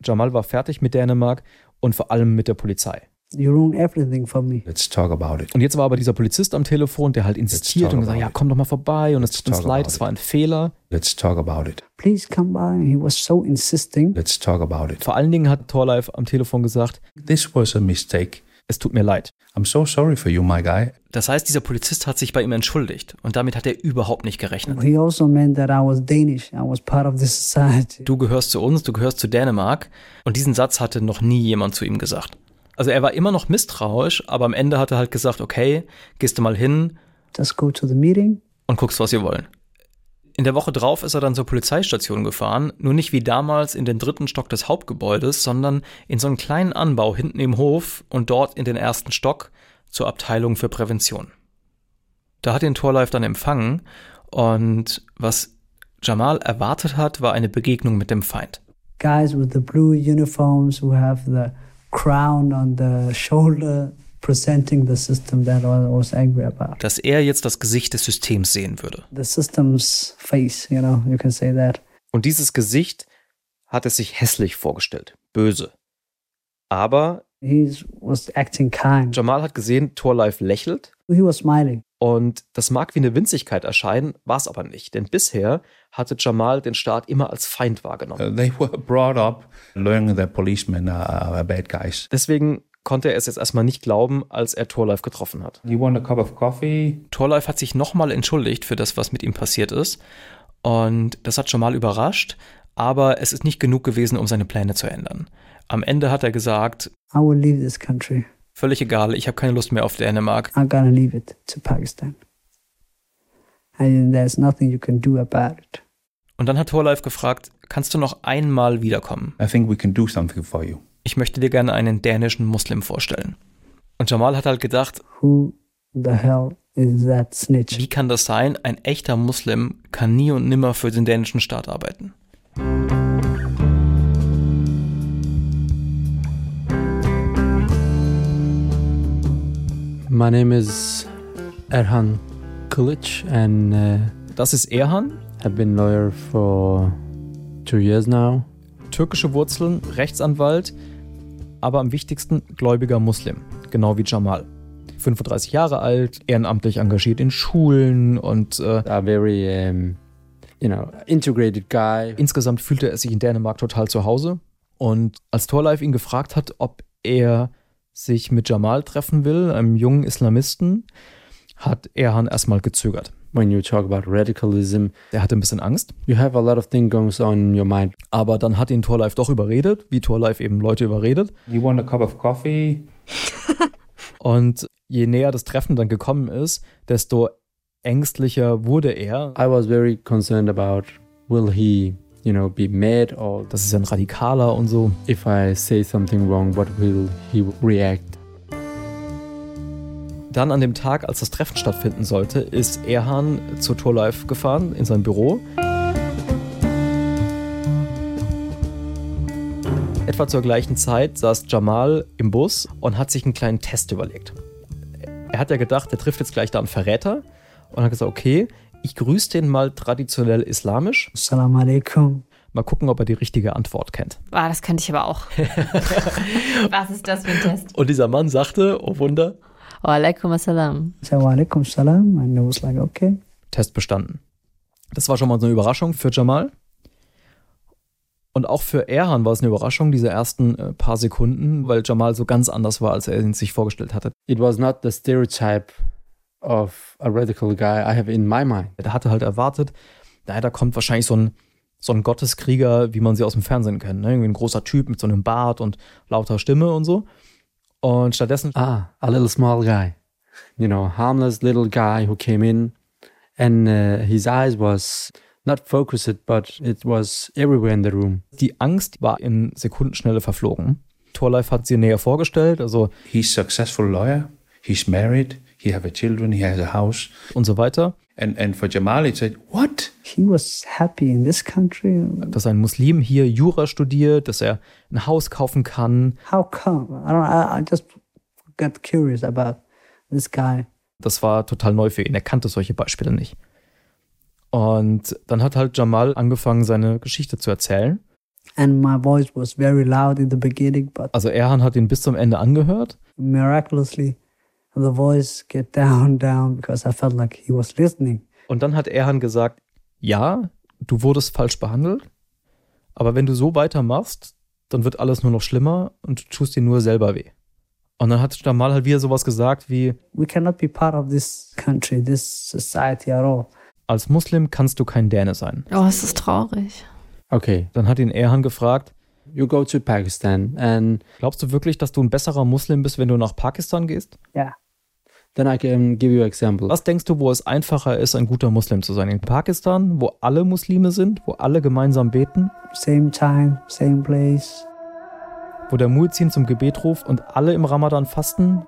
G: Jamal war fertig mit Dänemark und vor allem mit der Polizei.
E: You ruined everything for me.
F: Let's talk about it.
G: Und jetzt war aber dieser Polizist am Telefon, der halt insistiert und gesagt, ja, komm doch mal vorbei und es tut uns
F: talk
G: leid,
F: about
G: es war ein Fehler.
F: Let's talk about it.
E: Please come by. He was so insisting.
F: Let's talk about it.
G: Vor allen Dingen hat Torlife am Telefon gesagt,
F: This was a mistake.
G: es tut mir leid.
F: I'm so sorry for you, my guy.
B: Das heißt, dieser Polizist hat sich bei ihm entschuldigt und damit hat er überhaupt nicht gerechnet.
E: He also meant that I was Danish. I was part of this society.
B: Du gehörst zu uns, du gehörst zu Dänemark und diesen Satz hatte noch nie jemand zu ihm gesagt. Also er war immer noch misstrauisch, aber am Ende hat er halt gesagt, okay, gehst du mal hin
E: Just go to the meeting.
B: und guckst, was ihr wollen. In der Woche drauf ist er dann zur Polizeistation gefahren, nur nicht wie damals in den dritten Stock des Hauptgebäudes, sondern in so einen kleinen Anbau hinten im Hof und dort in den ersten Stock zur Abteilung für Prävention. Da hat ihn Torlife dann empfangen und was Jamal erwartet hat, war eine Begegnung mit dem Feind.
E: Guys with the blue uniforms who have the crown on the shoulder presenting the system that I was angry about.
B: dass er jetzt das Gesicht des Systems sehen würde.
E: The system's face, you know, you can say that.
R: Und dieses Gesicht hat es sich hässlich vorgestellt, böse. Aber
E: He was acting kind.
R: Jamal hat gesehen, Torlife lächelt
E: He was smiling.
R: und das mag wie eine Winzigkeit erscheinen, war es aber nicht. Denn bisher hatte Jamal den Staat immer als Feind wahrgenommen.
F: Uh, they were brought up learning that policemen are, are bad guys.
R: Deswegen konnte er es jetzt erstmal nicht glauben, als er Torlife getroffen hat.
F: You want a cup of coffee?
B: Torlife hat sich nochmal entschuldigt für das, was mit ihm passiert ist. Und das hat schon mal überrascht, aber es ist nicht genug gewesen, um seine Pläne zu ändern. Am Ende hat er gesagt,
E: I will leave this country.
B: völlig egal, ich habe keine Lust mehr auf Dänemark.
E: I'm gonna leave it to Pakistan. And there's nothing you can do about it.
B: Und dann hat Torlife gefragt, kannst du noch einmal wiederkommen?
F: I think we can do something for you.
B: Ich möchte dir gerne einen dänischen Muslim vorstellen. Und Jamal hat halt gedacht,
E: Who the hell is that snitch?
B: wie kann das sein? Ein echter Muslim kann nie und nimmer für den dänischen Staat arbeiten.
H: My name is Erhan Kulic, and uh,
G: Das ist Erhan,
H: I've been lawyer for two years now.
G: türkische Wurzeln, Rechtsanwalt, aber am wichtigsten gläubiger Muslim, genau wie Jamal. 35 Jahre alt, ehrenamtlich engagiert in Schulen und äh,
H: A very, um, you know, integrated guy.
G: insgesamt fühlte er sich in Dänemark total zu Hause. Und als Torlife ihn gefragt hat, ob er sich mit Jamal treffen will, einem jungen Islamisten, hat Erhan erstmal gezögert.
H: When you talk about radicalism,
G: Der hatte ein bisschen Angst.
H: you have a lot of things going on in your mind.
G: Aber dann hat ihn Torlife doch überredet, wie Torlife eben Leute überredet.
F: You want a cup of coffee?
G: Und je näher das Treffen dann gekommen ist, desto ängstlicher wurde er.
H: I was very concerned about will he, you know, be mad or
G: Das ist ja ein Radikaler und so.
H: if I say something wrong, what will he react?
G: Dann an dem Tag, als das Treffen stattfinden sollte, ist Erhan zu Torlife gefahren in sein Büro. Etwa zur gleichen Zeit saß Jamal im Bus und hat sich einen kleinen Test überlegt. Er hat ja gedacht, der trifft jetzt gleich da einen Verräter und hat gesagt, okay, ich grüße den mal traditionell islamisch.
E: Assalamu alaikum.
G: Mal gucken, ob er die richtige Antwort kennt.
D: Ah, das könnte ich aber auch. Was ist das für ein Test?
G: Und dieser Mann sagte, oh Wunder,
D: Oh, alaikum assalam.
E: So alaikum salam. And I was like, okay.
G: Test bestanden. Das war schon mal so eine Überraschung für Jamal. Und auch für Erhan war es eine Überraschung, diese ersten äh, paar Sekunden, weil Jamal so ganz anders war, als er ihn sich vorgestellt hatte.
H: It was not the stereotype of a radical guy I have in my mind.
G: Er hatte halt erwartet, naja, da kommt wahrscheinlich so ein, so ein Gotteskrieger, wie man sie aus dem Fernsehen kennt. Ne? Irgendwie ein großer Typ mit so einem Bart und lauter Stimme und so. Und stattdessen
H: Ah, a little small guy, you know, harmless little guy who came in, and uh, his eyes was not focused, but it was everywhere in the room.
G: die Angst war in Sekundenschnelle verflogen. Torlife hat sie näher vorgestellt, also
F: He's successful lawyer. He's married. He have a children. He has a house.
G: und so weiter.
F: And, and for Jamal, it said, what?
E: He was happy in this country.
G: Dass ein Muslim hier Jura studiert, dass er ein Haus kaufen kann.
E: How come? I don't. I, I just got curious about this guy.
G: Das war total neu für ihn. Er kannte solche Beispiele nicht. Und dann hat halt Jamal angefangen, seine Geschichte zu erzählen.
E: And my voice was very loud in the beginning, but
G: Also Erhan hat ihn bis zum Ende angehört.
E: miraculously, the voice get down, down because I felt like he was listening.
G: Und dann hat Erhan gesagt, ja, du wurdest falsch behandelt, aber wenn du so weitermachst, dann wird alles nur noch schlimmer und du tust dir nur selber weh. Und dann hat Jamal halt wieder sowas gesagt wie,
E: We cannot be part of this country, this society at all.
G: als Muslim kannst du kein Däne sein.
D: Oh, es ist traurig.
B: Okay.
G: Dann hat ihn Erhan gefragt,
B: You go to Pakistan and
G: glaubst du wirklich, dass du ein besserer Muslim bist, wenn du nach Pakistan gehst?
E: Yeah.
B: then I can give you example.
G: Was denkst du, wo es einfacher ist, ein guter Muslim zu sein? In Pakistan, wo alle Muslime sind, wo alle gemeinsam beten,
E: Same time, same place.
G: wo der Muezzin zum Gebet ruft und alle im Ramadan fasten,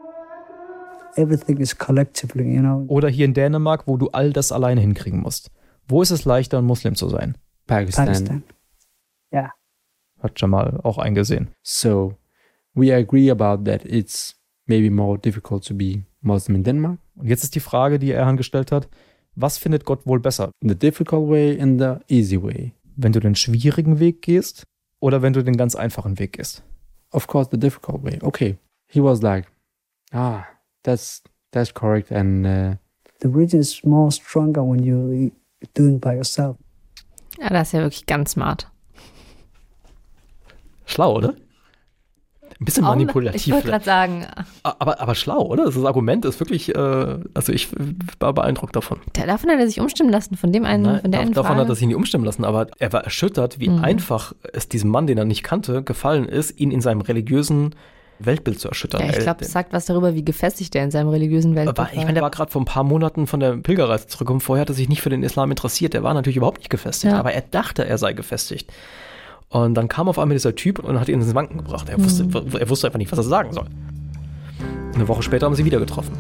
E: Everything is collectively, you know.
G: oder hier in Dänemark, wo du all das alleine hinkriegen musst. Wo ist es leichter, ein Muslim zu sein?
B: Pakistan.
E: Pakistan. Yeah.
G: Hat Jamal auch eingesehen.
B: So we agree about that. It's maybe more difficult to be Muslim in Denmark.
G: Und jetzt ist die Frage, die Erhan gestellt hat, was findet Gott wohl besser,
B: The difficult way and the easy way.
G: wenn du den schwierigen Weg gehst oder wenn du den ganz einfachen Weg gehst?
B: Of course, the difficult way. Okay. He was like, ah, that's that's correct. And uh,
E: The religion is more stronger when you doing by yourself.
D: Ja, das ist ja wirklich ganz smart.
A: Schlau, oder? Ein bisschen
D: Auch- ne,
A: manipulativ.
D: Ich wollte
A: vielleicht.
D: gerade sagen,
A: aber, aber schlau, oder? Das Argument ist wirklich, äh, also ich war beeindruckt davon.
D: der, davon hat er sich umstimmen lassen, von dem einen,
A: Ne?
D: von der
A: Dav-
D: einen
A: davon
D: Frage.
A: hat er sich nicht umstimmen lassen, aber er war erschüttert, wie
D: Mhm.
A: einfach es diesem Mann, den er nicht kannte, gefallen ist, ihn in seinem religiösen Weltbild zu erschüttern.
D: ja, ich
A: Er-
D: glaube, das sagt was darüber, wie gefestigt er in seinem religiösen Weltbild
A: war, Äh, ich meine, der war gerade vor ein paar Monaten von der Pilgerreise zurückgekommen. Vorher hat er sich nicht für den Islam interessiert. Er war natürlich überhaupt nicht gefestigt,
D: Ja.
A: aber er dachte, er sei gefestigt. Und dann kam auf einmal dieser Typ und hat ihn ins Wanken gebracht. Er wusste, er wusste einfach nicht, was er sagen soll. Eine Woche später haben sie wieder getroffen.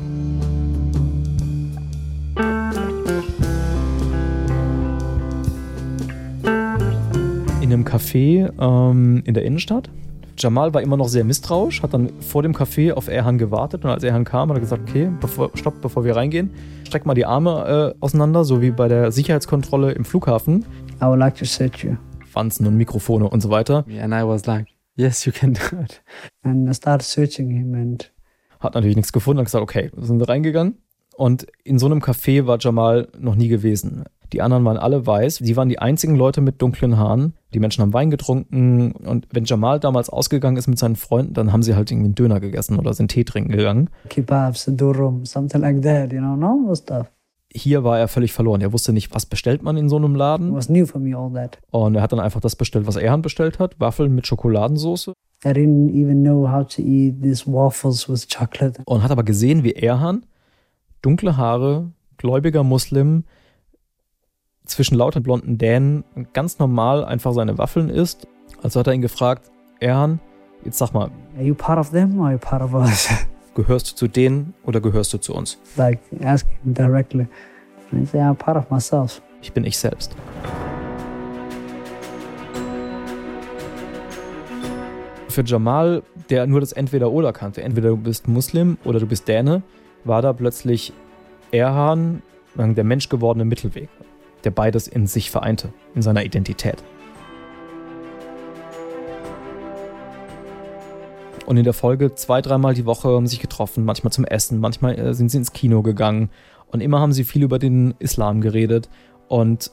G: In einem Café ähm, in der Innenstadt. Jamal war immer noch sehr misstrauisch, hat dann vor dem Café auf Erhan gewartet und als Erhan kam, hat er gesagt, okay, bevor, stopp, bevor wir reingehen, streck mal die Arme äh, auseinander, so wie bei der Sicherheitskontrolle im Flughafen.
E: I would like to search you.
G: Wanzen und Mikrofone und so weiter.
B: and I was like, yes, you can do it.
E: And I started searching him and
G: Hat natürlich nichts gefunden, hat gesagt, okay, sind wir reingegangen. Und in so einem Café war Jamal noch nie gewesen. Die anderen waren alle weiß, sie waren die einzigen Leute mit dunklen Haaren. Die Menschen haben Wein getrunken und wenn Jamal damals ausgegangen ist mit seinen Freunden, dann haben sie halt irgendwie einen Döner gegessen oder sind Tee trinken gegangen.
E: kebabs, durum, something like that, you know, normal stuff.
G: Hier war er völlig verloren. Er wusste nicht, was bestellt man in so einem
E: It
G: Laden.
E: was new for me, all that.
G: Und er hat dann einfach das bestellt, was Erhan bestellt hat. Waffeln mit Schokoladensauce.
E: I didn't even know how to eat these waffles with chocolate.
G: und hat aber gesehen, wie Erhan, dunkle Haare, gläubiger Muslim, zwischen lauter blonden Dänen ganz normal einfach seine Waffeln isst. Also hat er ihn gefragt, Erhan, jetzt sag mal,
E: Are you part of them or are you part of us?
G: gehörst du zu denen oder gehörst du zu uns?
E: like asking him directly. And he said, I'm part of myself.
G: Ich bin ich selbst. Für Jamal, der nur das Entweder-Oder kannte, entweder du bist Muslim oder du bist Däne, war da plötzlich Erhan sagen, der menschgewordene Mittelweg, der beides in sich vereinte, in seiner Identität. Und in der Folge zwei, dreimal die Woche haben sie sich getroffen, manchmal zum Essen, manchmal äh, sind sie ins Kino gegangen und immer haben sie viel über den Islam geredet und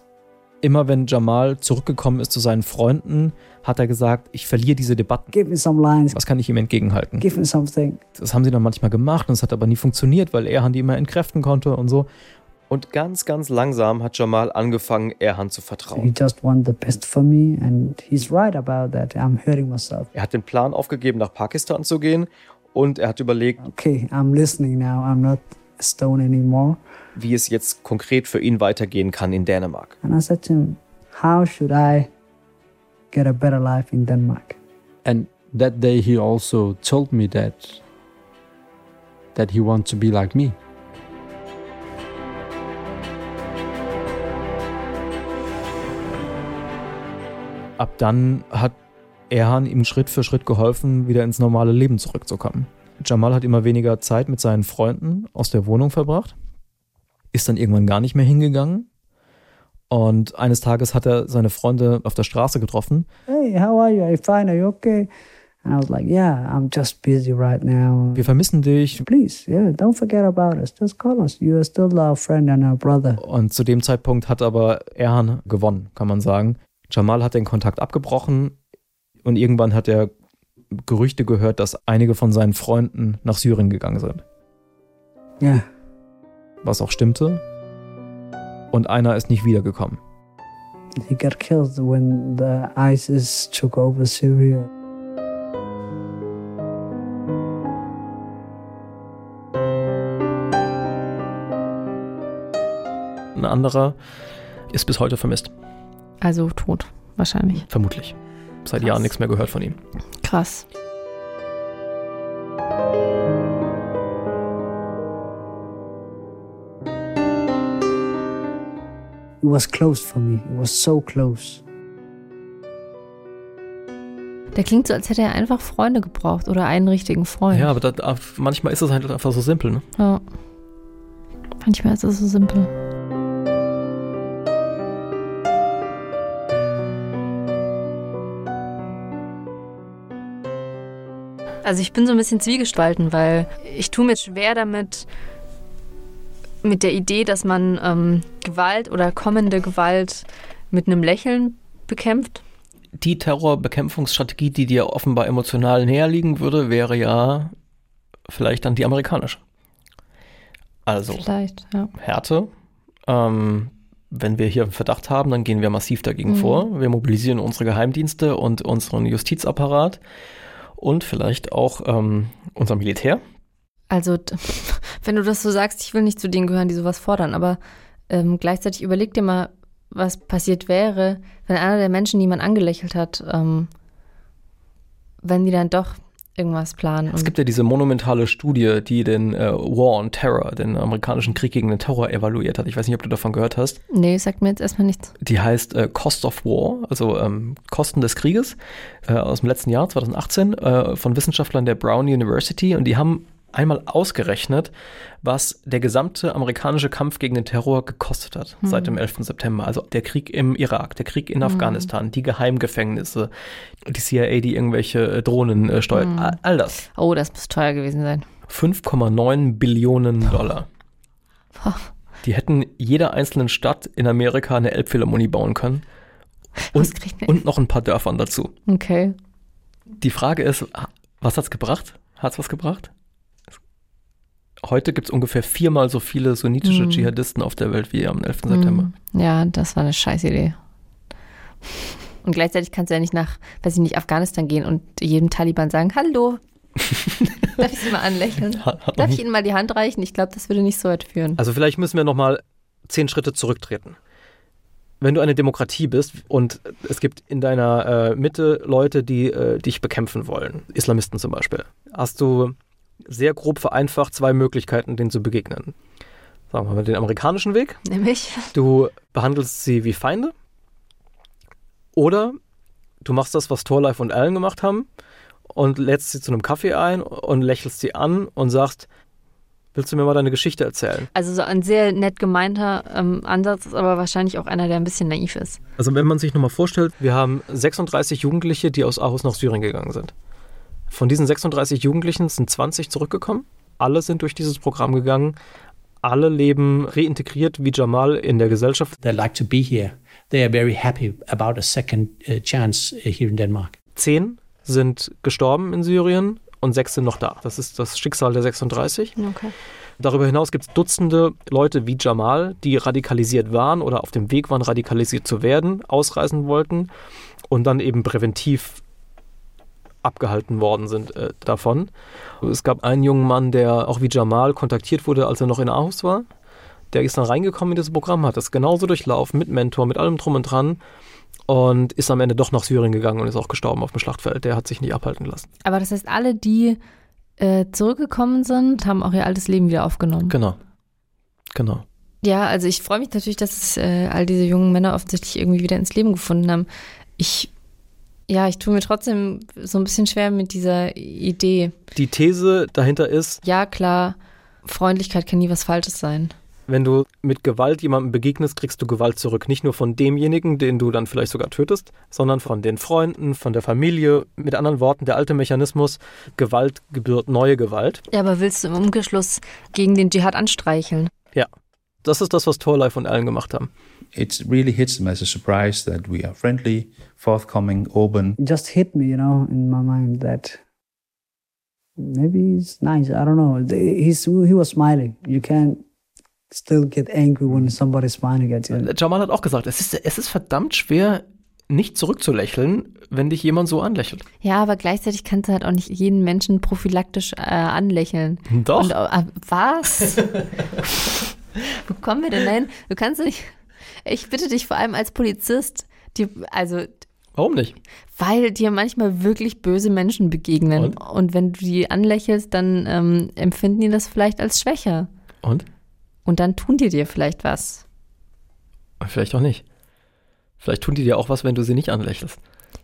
G: immer wenn Jamal zurückgekommen ist zu seinen Freunden, hat er gesagt, ich verliere diese Debatten.
E: Give me some lines.
G: Was kann ich ihm entgegenhalten?
E: Give me something.
G: Das haben sie dann manchmal gemacht und es hat aber nie funktioniert, weil er die immer entkräften konnte und so.
S: Und ganz, ganz langsam hat Jamal angefangen, Erhan zu
E: He
S: vertrauen.
E: just want the best for me, and he's right about that. I'm hurting myself.
S: Er hat den Plan aufgegeben, nach Pakistan zu gehen und er hat überlegt,
E: Okay, I'm listening now. I'm not a stone anymore.
S: wie es jetzt konkret für ihn weitergehen kann in Dänemark.
E: And I said to him, How should I get a better life in Denmark?
B: And that day, he also told me that that he wants to be like me.
G: ab dann hat Erhan ihm Schritt für Schritt geholfen, wieder ins normale Leben zurückzukommen. Jamal hat immer weniger Zeit mit seinen Freunden aus der Wohnung verbracht, ist dann irgendwann gar nicht mehr hingegangen. Und eines Tages hat er seine Freunde auf der Straße getroffen.
E: Hey, how are you? Are you fine? Are you okay? And I was like, yeah, I'm just busy right now.
G: Wir vermissen dich.
E: Please, yeah, don't forget about us. Just call us. You are still our friend and our brother.
G: Und zu dem Zeitpunkt hat aber Erhan gewonnen, kann man sagen. Jamal hat den Kontakt abgebrochen und irgendwann hat er Gerüchte gehört, dass einige von seinen Freunden nach Syrien gegangen sind.
E: Ja.
G: Was auch stimmte. Und einer ist nicht wiedergekommen.
E: He got killed when the ISIS took over Syria.
G: Ein anderer ist bis heute vermisst.
D: Also tot, wahrscheinlich.
G: Vermutlich. Seit Jahren nichts mehr gehört von ihm.
D: Krass.
E: It was close for me. It was so close.
D: Der klingt so, als hätte er einfach Freunde gebraucht oder einen richtigen Freund.
G: Ja, aber da, manchmal ist es halt einfach so simpel, ne?
D: Ja. Manchmal ist es so simpel.
T: Also ich bin so ein bisschen zwiegespalten, weil ich tue mir schwer damit, mit der Idee, dass man ähm, Gewalt oder kommende Gewalt mit einem Lächeln bekämpft.
G: Die Terrorbekämpfungsstrategie, die dir offenbar emotional näher liegen würde, wäre ja vielleicht dann die amerikanische. Also
D: Vielleicht, ja.
G: Härte. Ähm, wenn wir hier einen Verdacht haben, dann gehen wir massiv dagegen
D: Mhm.
G: vor. Wir mobilisieren unsere Geheimdienste und unseren Justizapparat und vielleicht auch ähm, unser Militär.
D: Also, d- wenn du das so sagst, ich will nicht zu denen gehören, die sowas fordern, aber ähm, gleichzeitig überleg dir mal, was passiert wäre, wenn einer der Menschen, die man angelächelt hat, ähm, wenn die dann doch irgendwas planen.
G: Es gibt ja diese monumentale Studie, die den äh, War on Terror, den amerikanischen Krieg gegen den Terror evaluiert hat. Ich weiß nicht, ob du davon gehört hast.
D: nee, sagt mir jetzt erstmal nichts.
G: Die heißt äh, Cost of War, also ähm, Kosten des Krieges, äh, aus dem letzten Jahr, 2018, äh, von Wissenschaftlern der Brown University. Und die haben einmal ausgerechnet, was der gesamte amerikanische Kampf gegen den Terror gekostet hat
U: Hm.
G: seit dem 11. September. Also der Krieg im Irak, der Krieg in
U: Hm.
G: Afghanistan, die Geheimgefängnisse, die CIA, die irgendwelche äh, Drohnen äh, steuert,
D: Hm.
G: all, all das.
D: Oh, das muss teuer gewesen sein.
G: 5,9 Billionen Dollar.
D: Boah.
G: Die hätten jeder einzelnen Stadt in Amerika eine Elbphilharmonie bauen können. Und, und noch ein paar Dörfern dazu.
D: Okay.
G: Die Frage ist, was hat's gebracht? Hat's was gebracht? Heute gibt es ungefähr viermal so viele sunnitische
D: Hm.
G: Dschihadisten auf der Welt wie am 11. September.
D: Hm. Ja, das war eine scheiß Idee. Und gleichzeitig kannst du ja nicht nach, weiß ich nicht, Afghanistan gehen und jedem Taliban sagen, hallo. Darf ich Sie mal anlächeln?
B: Hat- hat noch
D: Darf ich
B: nie-
D: Ihnen mal die Hand reichen? Ich glaube, das würde nicht so weit führen.
B: Also vielleicht müssen wir nochmal zehn Schritte zurücktreten. Wenn du eine Demokratie bist und es gibt in deiner äh, Mitte Leute, die äh, dich bekämpfen wollen, Islamisten zum Beispiel, hast du sehr grob vereinfacht zwei Möglichkeiten, denen zu begegnen. Sagen wir mal den amerikanischen Weg.
T: Nämlich?
B: Du behandelst sie wie Feinde oder du machst das, was Torlife und Allen gemacht haben und lädst sie zu einem Kaffee ein und lächelst sie an und sagst, willst du mir mal deine Geschichte erzählen?
T: Also so ein sehr nett gemeinter ähm, Ansatz, ist aber wahrscheinlich auch einer, der ein bisschen naiv ist.
B: Also wenn man sich nochmal vorstellt, wir haben 36 Jugendliche, die aus Aarhus nach Syrien gegangen sind. Von diesen 36 Jugendlichen sind 20 zurückgekommen. Alle sind durch dieses Programm gegangen. Alle leben reintegriert wie Jamal in der Gesellschaft.
L: They like to be here. They are very happy about a second uh, chance uh, here in Denmark.
B: Zehn sind gestorben in Syrien und sechs sind noch da. Das ist das Schicksal der 36.
T: Okay.
B: Darüber hinaus gibt es Dutzende Leute wie Jamal, die radikalisiert waren oder auf dem Weg waren, radikalisiert zu werden, ausreisen wollten und dann eben präventiv abgehalten worden sind äh, davon. Es gab einen jungen Mann, der auch wie Jamal kontaktiert wurde, als er noch in Aarhus war. Der ist dann reingekommen in das Programm, hat das genauso durchlaufen, mit Mentor, mit allem drum und dran und ist am Ende doch nach Syrien gegangen und ist auch gestorben auf dem Schlachtfeld. Der hat sich nicht abhalten lassen.
D: Aber das heißt, alle, die äh, zurückgekommen sind, haben auch ihr altes Leben wieder aufgenommen.
G: Genau. Genau.
D: Ja, also ich freue mich natürlich, dass es, äh, all diese jungen Männer offensichtlich irgendwie wieder ins Leben gefunden haben. Ich Ja, ich tue mir trotzdem so ein bisschen schwer mit dieser Idee.
J: Die These dahinter ist,
D: Ja, klar, Freundlichkeit kann nie was Falsches sein.
J: wenn du mit Gewalt jemandem begegnest, kriegst du Gewalt zurück. Nicht nur von demjenigen, den du dann vielleicht sogar tötest, sondern von den Freunden, von der Familie. Mit anderen Worten, der alte Mechanismus, Gewalt gebührt neue Gewalt.
V: Ja, aber willst du im Umgeschluss gegen den Dschihad anstreicheln?
J: Ja, das ist das, was Torlife und Allen gemacht haben.
F: It really hits them as a surprise that we are friendly, forthcoming, open.
E: It just hit me, you know, in my mind that maybe it's nice. I don't know. The- He's, he was smiling. You can't still get angry when somebody's smiling at you.
B: Jamal hat auch gesagt, es ist, es ist verdammt schwer, nicht zurückzulächeln, wenn dich jemand so anlächelt.
D: Ja, aber gleichzeitig kannst du halt auch nicht jeden Menschen prophylaktisch äh, anlächeln.
B: Doch.
D: Und, äh, was? Wo kommen wir denn dahin? Du kannst nicht. Ich bitte dich vor allem als Polizist, die, also
B: Warum nicht?
D: Weil dir manchmal wirklich böse Menschen begegnen. Und, wenn du die anlächelst, dann ähm, empfinden die das vielleicht als schwächer.
B: Und?
D: Und dann tun die dir vielleicht was.
B: Vielleicht auch nicht. Vielleicht tun die dir auch was, wenn du sie nicht anlächelst.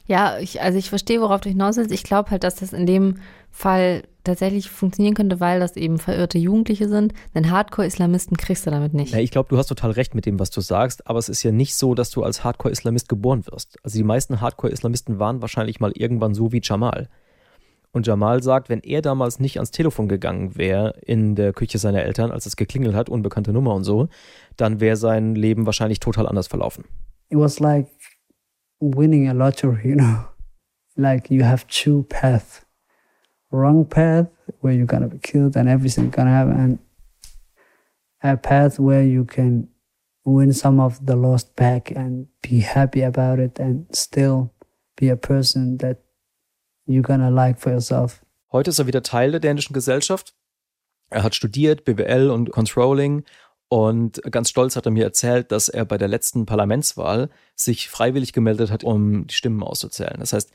D: Ja, ich, also ich verstehe, worauf du hinaus willst. Ich glaube halt, dass das in dem Fall tatsächlich funktionieren könnte, weil das eben verirrte Jugendliche sind. Einen Hardcore-Islamisten kriegst du damit nicht.
G: Ja, ich glaube, du hast total recht mit dem, was du sagst, aber es ist ja nicht so, dass du als Hardcore-Islamist geboren wirst. Also die meisten Hardcore-Islamisten waren wahrscheinlich mal irgendwann so wie Jamal. Und Jamal sagt, wenn er damals nicht ans Telefon gegangen wäre in der Küche seiner Eltern, als es geklingelt hat, unbekannte Nummer und so, dann wäre sein Leben wahrscheinlich total anders verlaufen.
E: it was like winning a lottery, you know. Like you have two paths. Wrong path where you're gonna be killed and everything's gonna happen and a path where you can win some of the lost back and be happy about it and still be a person that you're gonna like for yourself.
G: Heute ist er wieder Teil der dänischen Gesellschaft. Er hat studiert BWL und Controlling und ganz stolz hat er mir erzählt, dass er bei der letzten Parlamentswahl sich freiwillig gemeldet hat, um die Stimmen auszuzählen. Das heißt,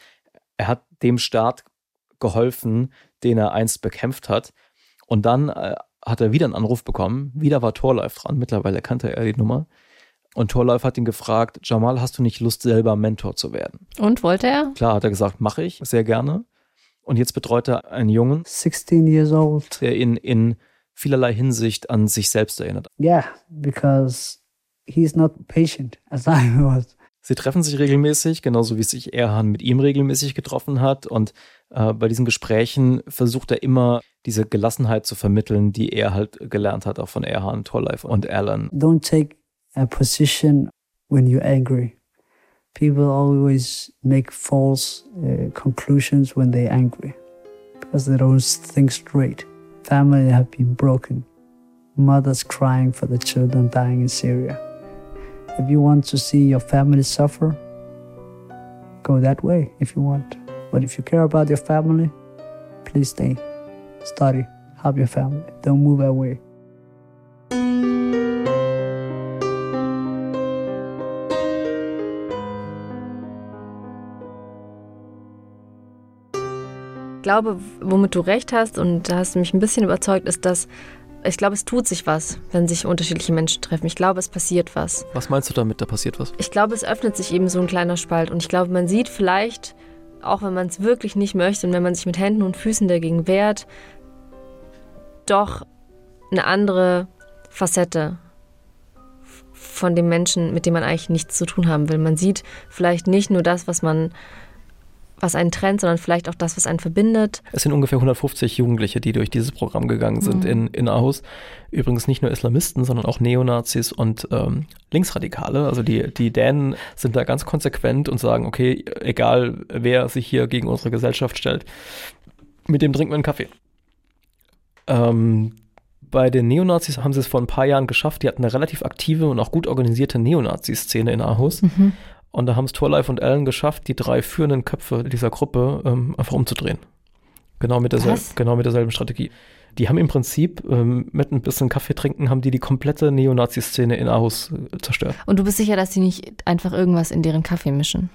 G: er hat dem Staat geholfen, den er einst bekämpft hat. Und dann äh, hat er wieder einen Anruf bekommen. Wieder war Torleif dran. Mittlerweile kannte er die Nummer. Und Torleif hat ihn gefragt, Jamal, hast du nicht Lust, selber Mentor zu werden?
D: Und wollte er?
G: Klar, hat er gesagt, mache ich sehr gerne. Und jetzt betreut er einen Jungen,
E: 16 years old.
G: der ihn in vielerlei Hinsicht an sich selbst erinnert.
E: Yeah, because he's not patient as I was.
G: Sie treffen sich regelmäßig, genauso wie sich Erhan mit ihm regelmäßig getroffen hat. Und äh, bei diesen Gesprächen versucht er immer, diese Gelassenheit zu vermitteln, die er halt gelernt hat, auch von Erhan, Torlife und Alan.
E: Um, don't take a position when you're angry. People always make false uh, conclusions when they're angry because they don't think straight. Family have been broken. Mothers crying for the children dying in Syria. If you want to see your family suffer, go that way if you want. But if you care about your family, please stay, study, help your family. Don't move away.
V: Ich glaube, womit du recht hast, und da hast du mich ein bisschen überzeugt, ist, dass ich glaube, es tut sich was, wenn sich unterschiedliche Menschen treffen. Ich glaube, es passiert was.
B: Was meinst du damit, da passiert was?
V: Ich glaube, es öffnet sich eben so ein kleiner Spalt. Und ich glaube, man sieht vielleicht, auch wenn man es wirklich nicht möchte und wenn man sich mit Händen und Füßen dagegen wehrt, doch eine andere Facette von dem Menschen, mit dem man eigentlich nichts zu tun haben will. Man sieht vielleicht nicht nur das, was man, was einen trennt, sondern vielleicht auch das, was einen verbindet.
B: Es sind ungefähr 150 Jugendliche, die durch dieses Programm gegangen sind
V: Mhm.
B: in, in Aarhus. Übrigens nicht nur Islamisten, sondern auch Neonazis und ähm, Linksradikale. Also die, die Dänen sind da ganz konsequent und sagen, okay, egal wer sich hier gegen unsere Gesellschaft stellt, mit dem trinken wir einen Kaffee. Ähm, bei den Neonazis haben sie es vor ein paar Jahren geschafft. Die hatten eine relativ aktive und auch gut organisierte Neonazi-Szene in Aarhus.
D: Mhm.
B: Und da haben es Torlife und Allen geschafft, die drei führenden Köpfe dieser Gruppe ähm, einfach umzudrehen. Genau mit, derselben,
D: Was?
B: genau mit derselben Strategie.
W: Die haben im Prinzip ähm, mit ein bisschen Kaffee trinken, haben die die komplette Neonazi-Szene in Aarhus äh, zerstört.
X: Und du bist sicher, dass sie nicht einfach irgendwas in deren Kaffee mischen?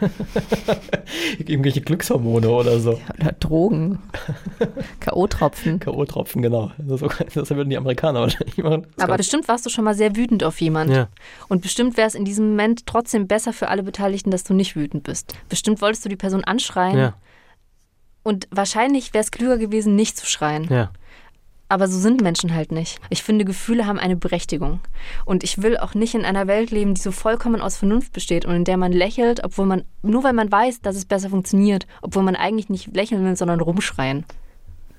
W: Irgendwelche Glückshormone oder so.
X: Oder Drogen. K.O.-Tropfen.
W: K.O.-Tropfen, genau. Das, das würden die Amerikaner wahrscheinlich machen. Das
D: Aber
W: kann-
D: bestimmt warst du schon mal sehr wütend auf jemanden.
W: Ja.
D: Und bestimmt wäre es in diesem Moment trotzdem besser für alle Beteiligten, dass du nicht wütend bist. Bestimmt wolltest du die Person anschreien.
B: Ja.
D: Und wahrscheinlich wäre es klüger gewesen, nicht zu schreien.
B: Ja.
D: Aber so sind Menschen halt nicht. Ich finde, Gefühle haben eine Berechtigung. Und ich will auch nicht in einer Welt leben, die so vollkommen aus Vernunft besteht und in der man lächelt, obwohl man, nur weil man weiß, dass es besser funktioniert, obwohl man eigentlich nicht lächeln will, sondern rumschreien.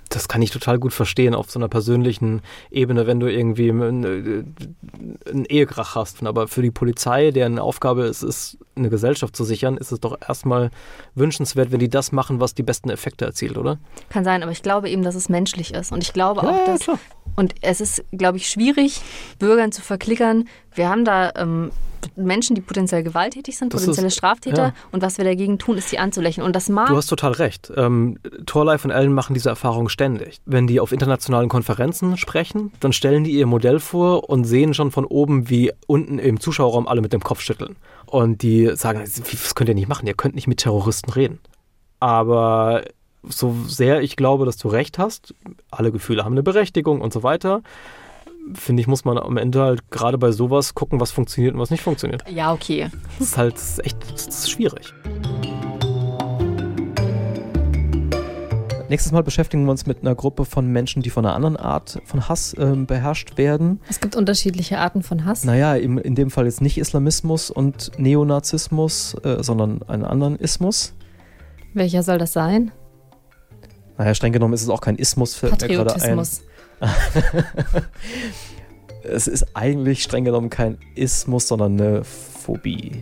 B: Das kann ich total gut verstehen auf so einer persönlichen Ebene, wenn du irgendwie einen, äh, einen Ehekrach hast. Aber für die Polizei, deren Aufgabe es ist, eine Gesellschaft zu sichern, ist es doch erstmal wünschenswert, wenn die das machen, was die besten Effekte erzielt, oder?
D: Kann sein, aber ich glaube eben, dass es menschlich ist. Und ich glaube auch, dass. Und es ist, glaube ich, schwierig, Bürgern zu verklickern. Wir haben da ähm, Menschen, die potenziell gewalttätig sind,
B: Das
D: potenzielle
B: ist-
D: Straftäter.
B: ja.
D: Und was wir dagegen tun, ist, sie anzulächeln. Und das mag.
B: Du hast total recht. Ähm, Torlife und Allen machen diese Erfahrung ständig. Wenn die auf internationalen Konferenzen sprechen, dann stellen die ihr Modell vor und sehen schon von oben, wie unten im Zuschauerraum alle mit dem Kopf schütteln. Und die sagen, das könnt ihr nicht machen, ihr könnt nicht mit Terroristen reden. Aber so sehr ich glaube, dass du recht hast, alle Gefühle haben eine Berechtigung und so weiter, finde ich, muss man am Ende halt gerade bei sowas gucken, was funktioniert und was nicht funktioniert.
D: ja, okay.
B: Das ist halt das ist echt das ist schwierig.
G: Nächstes Mal beschäftigen wir uns mit einer Gruppe von Menschen, die von einer anderen Art von Hass ähm, beherrscht werden.
X: Es gibt unterschiedliche Arten von Hass.
G: Naja, im, in dem Fall jetzt nicht Islamismus und Neonazismus, äh, sondern einen anderen Ismus.
X: Welcher soll das sein?
G: Naja, streng genommen ist es auch kein Ismus. fällt mir gerade ein.
X: Patriotismus.
G: es ist eigentlich streng genommen kein Ismus, sondern eine Phobie.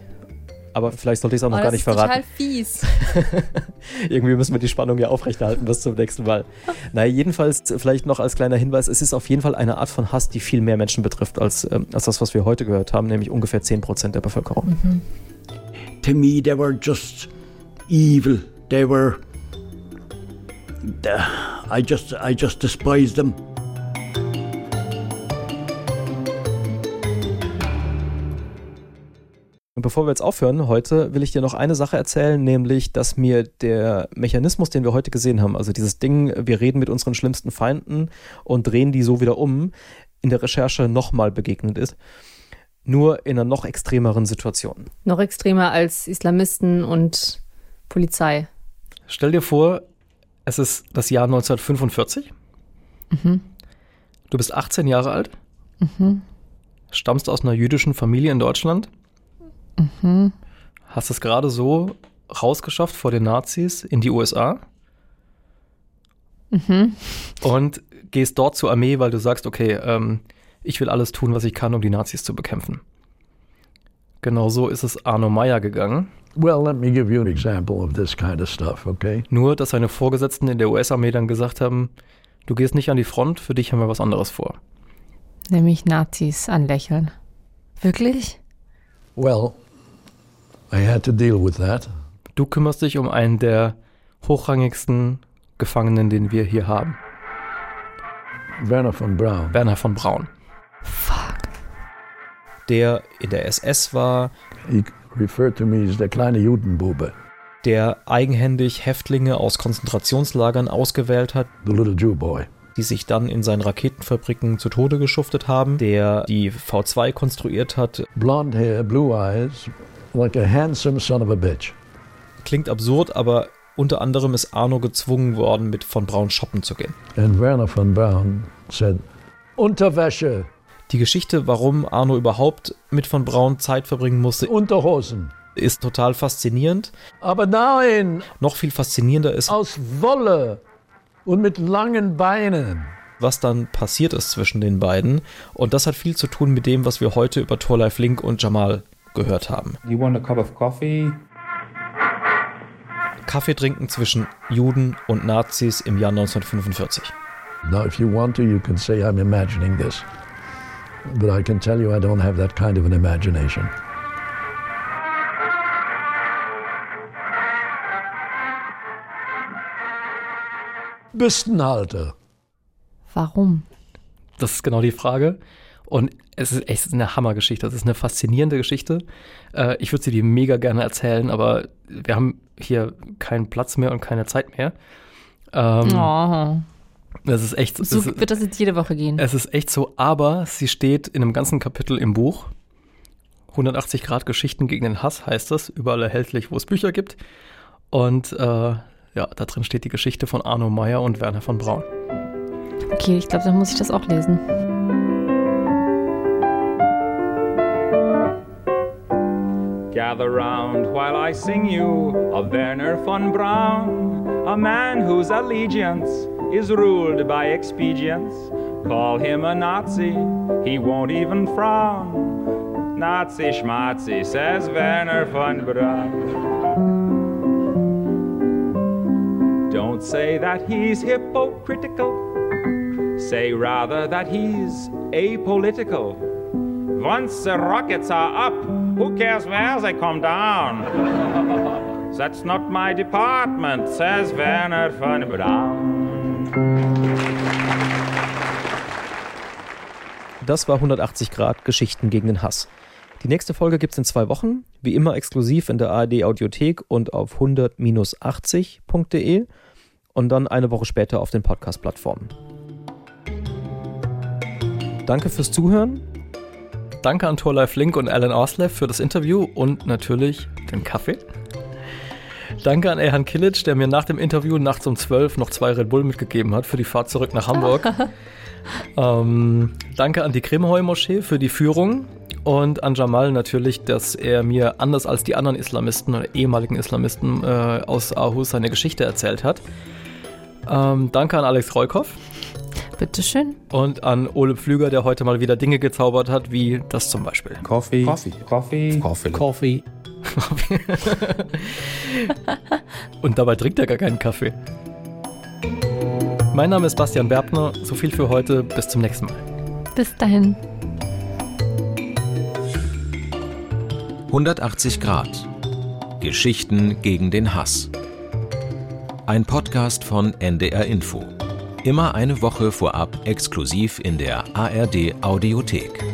G: Aber vielleicht sollte ich es auch noch
X: Oh,
G: gar
X: das
G: nicht
X: ist total
G: verraten.
X: fies.
G: Irgendwie müssen wir die Spannung ja aufrechterhalten bis zum nächsten Mal. Naja, jedenfalls vielleicht noch als kleiner Hinweis, es ist auf jeden Fall eine Art von Hass, die viel mehr Menschen betrifft als, ähm, als das, was wir heute gehört haben, nämlich ungefähr 10% der Bevölkerung.
Y: to me they were just evil they were uh, i just i just despised them
G: Und bevor wir jetzt aufhören heute, will ich dir noch eine Sache erzählen, nämlich, dass mir der Mechanismus, den wir heute gesehen haben, also dieses Ding, wir reden mit unseren schlimmsten Feinden und drehen die so wieder um, in der Recherche nochmal begegnet ist. Nur in einer noch extremeren Situation.
X: Noch extremer als Islamisten und Polizei.
W: Stell dir vor, es ist das Jahr 1945.
X: Mhm.
W: Du bist 18 Jahre alt,
X: Mhm.
W: stammst aus einer jüdischen Familie in Deutschland,
X: Mhm.
W: hast es gerade so rausgeschafft vor den Nazis in die USA
X: Mhm.
W: und gehst dort zur Armee, weil du sagst, okay, ähm, ich will alles tun, was ich kann, um die Nazis zu bekämpfen. Genau so ist es Arno Meyer gegangen.
L: Well, let me give you an example of this kind of stuff, okay?
W: Nur, dass seine Vorgesetzten in der US-Armee dann gesagt haben, du gehst nicht an die Front, für dich haben wir was anderes vor.
X: Nämlich Nazis anlächeln. Wirklich?
L: Well, I had to deal with that.
W: Du kümmerst dich um einen der hochrangigsten Gefangenen, den wir hier haben.
L: Werner von Braun.
W: Werner von Braun.
G: Der in der SS war.
L: He referred to me as der kleine Judenbube.
G: Der eigenhändig Häftlinge aus Konzentrationslagern ausgewählt hat.
L: The little Jew boy.
G: Die sich dann in seinen Raketenfabriken zu Tode geschuftet haben. Der die V2 konstruiert hat.
L: Blonde hair, blue eyes, like a handsome son of a bitch.
G: Klingt absurd, aber unter anderem ist Arno gezwungen worden, mit von Braun shoppen zu gehen.
L: And Werner von Braun said, Unterwäsche,
G: Die Geschichte, warum Arno überhaupt mit von Braun Zeit verbringen musste,
L: Unterhosen,
G: ist total faszinierend.
L: aber nein,
G: Noch viel faszinierender ist,
L: aus Wolle und mit langen Beinen.
G: was dann passiert ist zwischen den beiden. Und das hat viel zu tun mit dem, was wir heute über Torlife Link und Jamal gehört haben.
F: You want a cup of coffee?
G: Kaffee trinken zwischen Juden und Nazis im Jahr 1945.
L: Now, if you want to, you can say, I'm imagining this. But I can tell you, I don't have that kind of an imagination. Büstenhalter.
D: Warum?
B: Das ist genau die Frage. Und es ist echt eine Hammergeschichte. Das ist eine faszinierende Geschichte. Äh, ich würde sie dir mega gerne erzählen, aber wir haben hier keinen Platz mehr und keine Zeit mehr. Ähm,
D: oh.
B: Das ist echt
D: So
B: es ist-
D: wird das jetzt jede Woche gehen.
B: Es ist echt so, aber sie steht in einem ganzen Kapitel im Buch. 180 Grad Geschichten gegen den Hass heißt das, überall erhältlich, wo es Bücher gibt. Und äh, ja, da drin steht die Geschichte von Arno Meyer und Werner von Braun.
D: Okay, ich glaube, dann muss ich das auch lesen.
Z: Gather round while I sing you of Werner von Braun, a man whose allegiance is ruled by expedience. Call him a Nazi, he won't even frown. Nazi schmatzi, says Werner von Braun. Don't say that he's hypocritical, say rather that he's apolitical. Once the rockets are up, who cares where they come down? That's not my department, says Werner von Braun.
G: Das war 180 Grad Geschichten gegen den Hass. Die nächste Folge gibt es in zwei Wochen, wie immer exklusiv in der ARD Audiothek und auf 100-80.de E und dann eine Woche später auf den Podcast-Plattformen. Danke fürs Zuhören.
B: Danke an Torleif Link und Alan Oslev für das Interview und natürlich den Kaffee. Danke an Erhan Kilic, der mir nach dem Interview nachts um 12 noch zwei Red Bull mitgegeben hat für die Fahrt zurück nach Hamburg. ähm, danke an die Kremheu-Moschee für die Führung und an Jamal natürlich, dass er mir anders als die anderen Islamisten oder ehemaligen Islamisten äh, aus Aarhus seine Geschichte erzählt hat. Ähm, danke an Alex Rollkoff.
D: Bitteschön.
B: Und an Ole Pflüger, der heute mal wieder Dinge gezaubert hat, wie das zum Beispiel.
F: Coffee.
B: Coffee.
F: Coffee.
B: Coffee.
L: Coffee.
B: Und dabei trinkt er gar keinen Kaffee. Mein Name ist Bastian Berbner. So viel für heute. Bis zum nächsten Mal.
D: Bis dahin.
A: 180 Grad. Geschichten gegen den Hass. Ein Podcast von NDR Info. Immer eine Woche vorab exklusiv in der ARD Audiothek.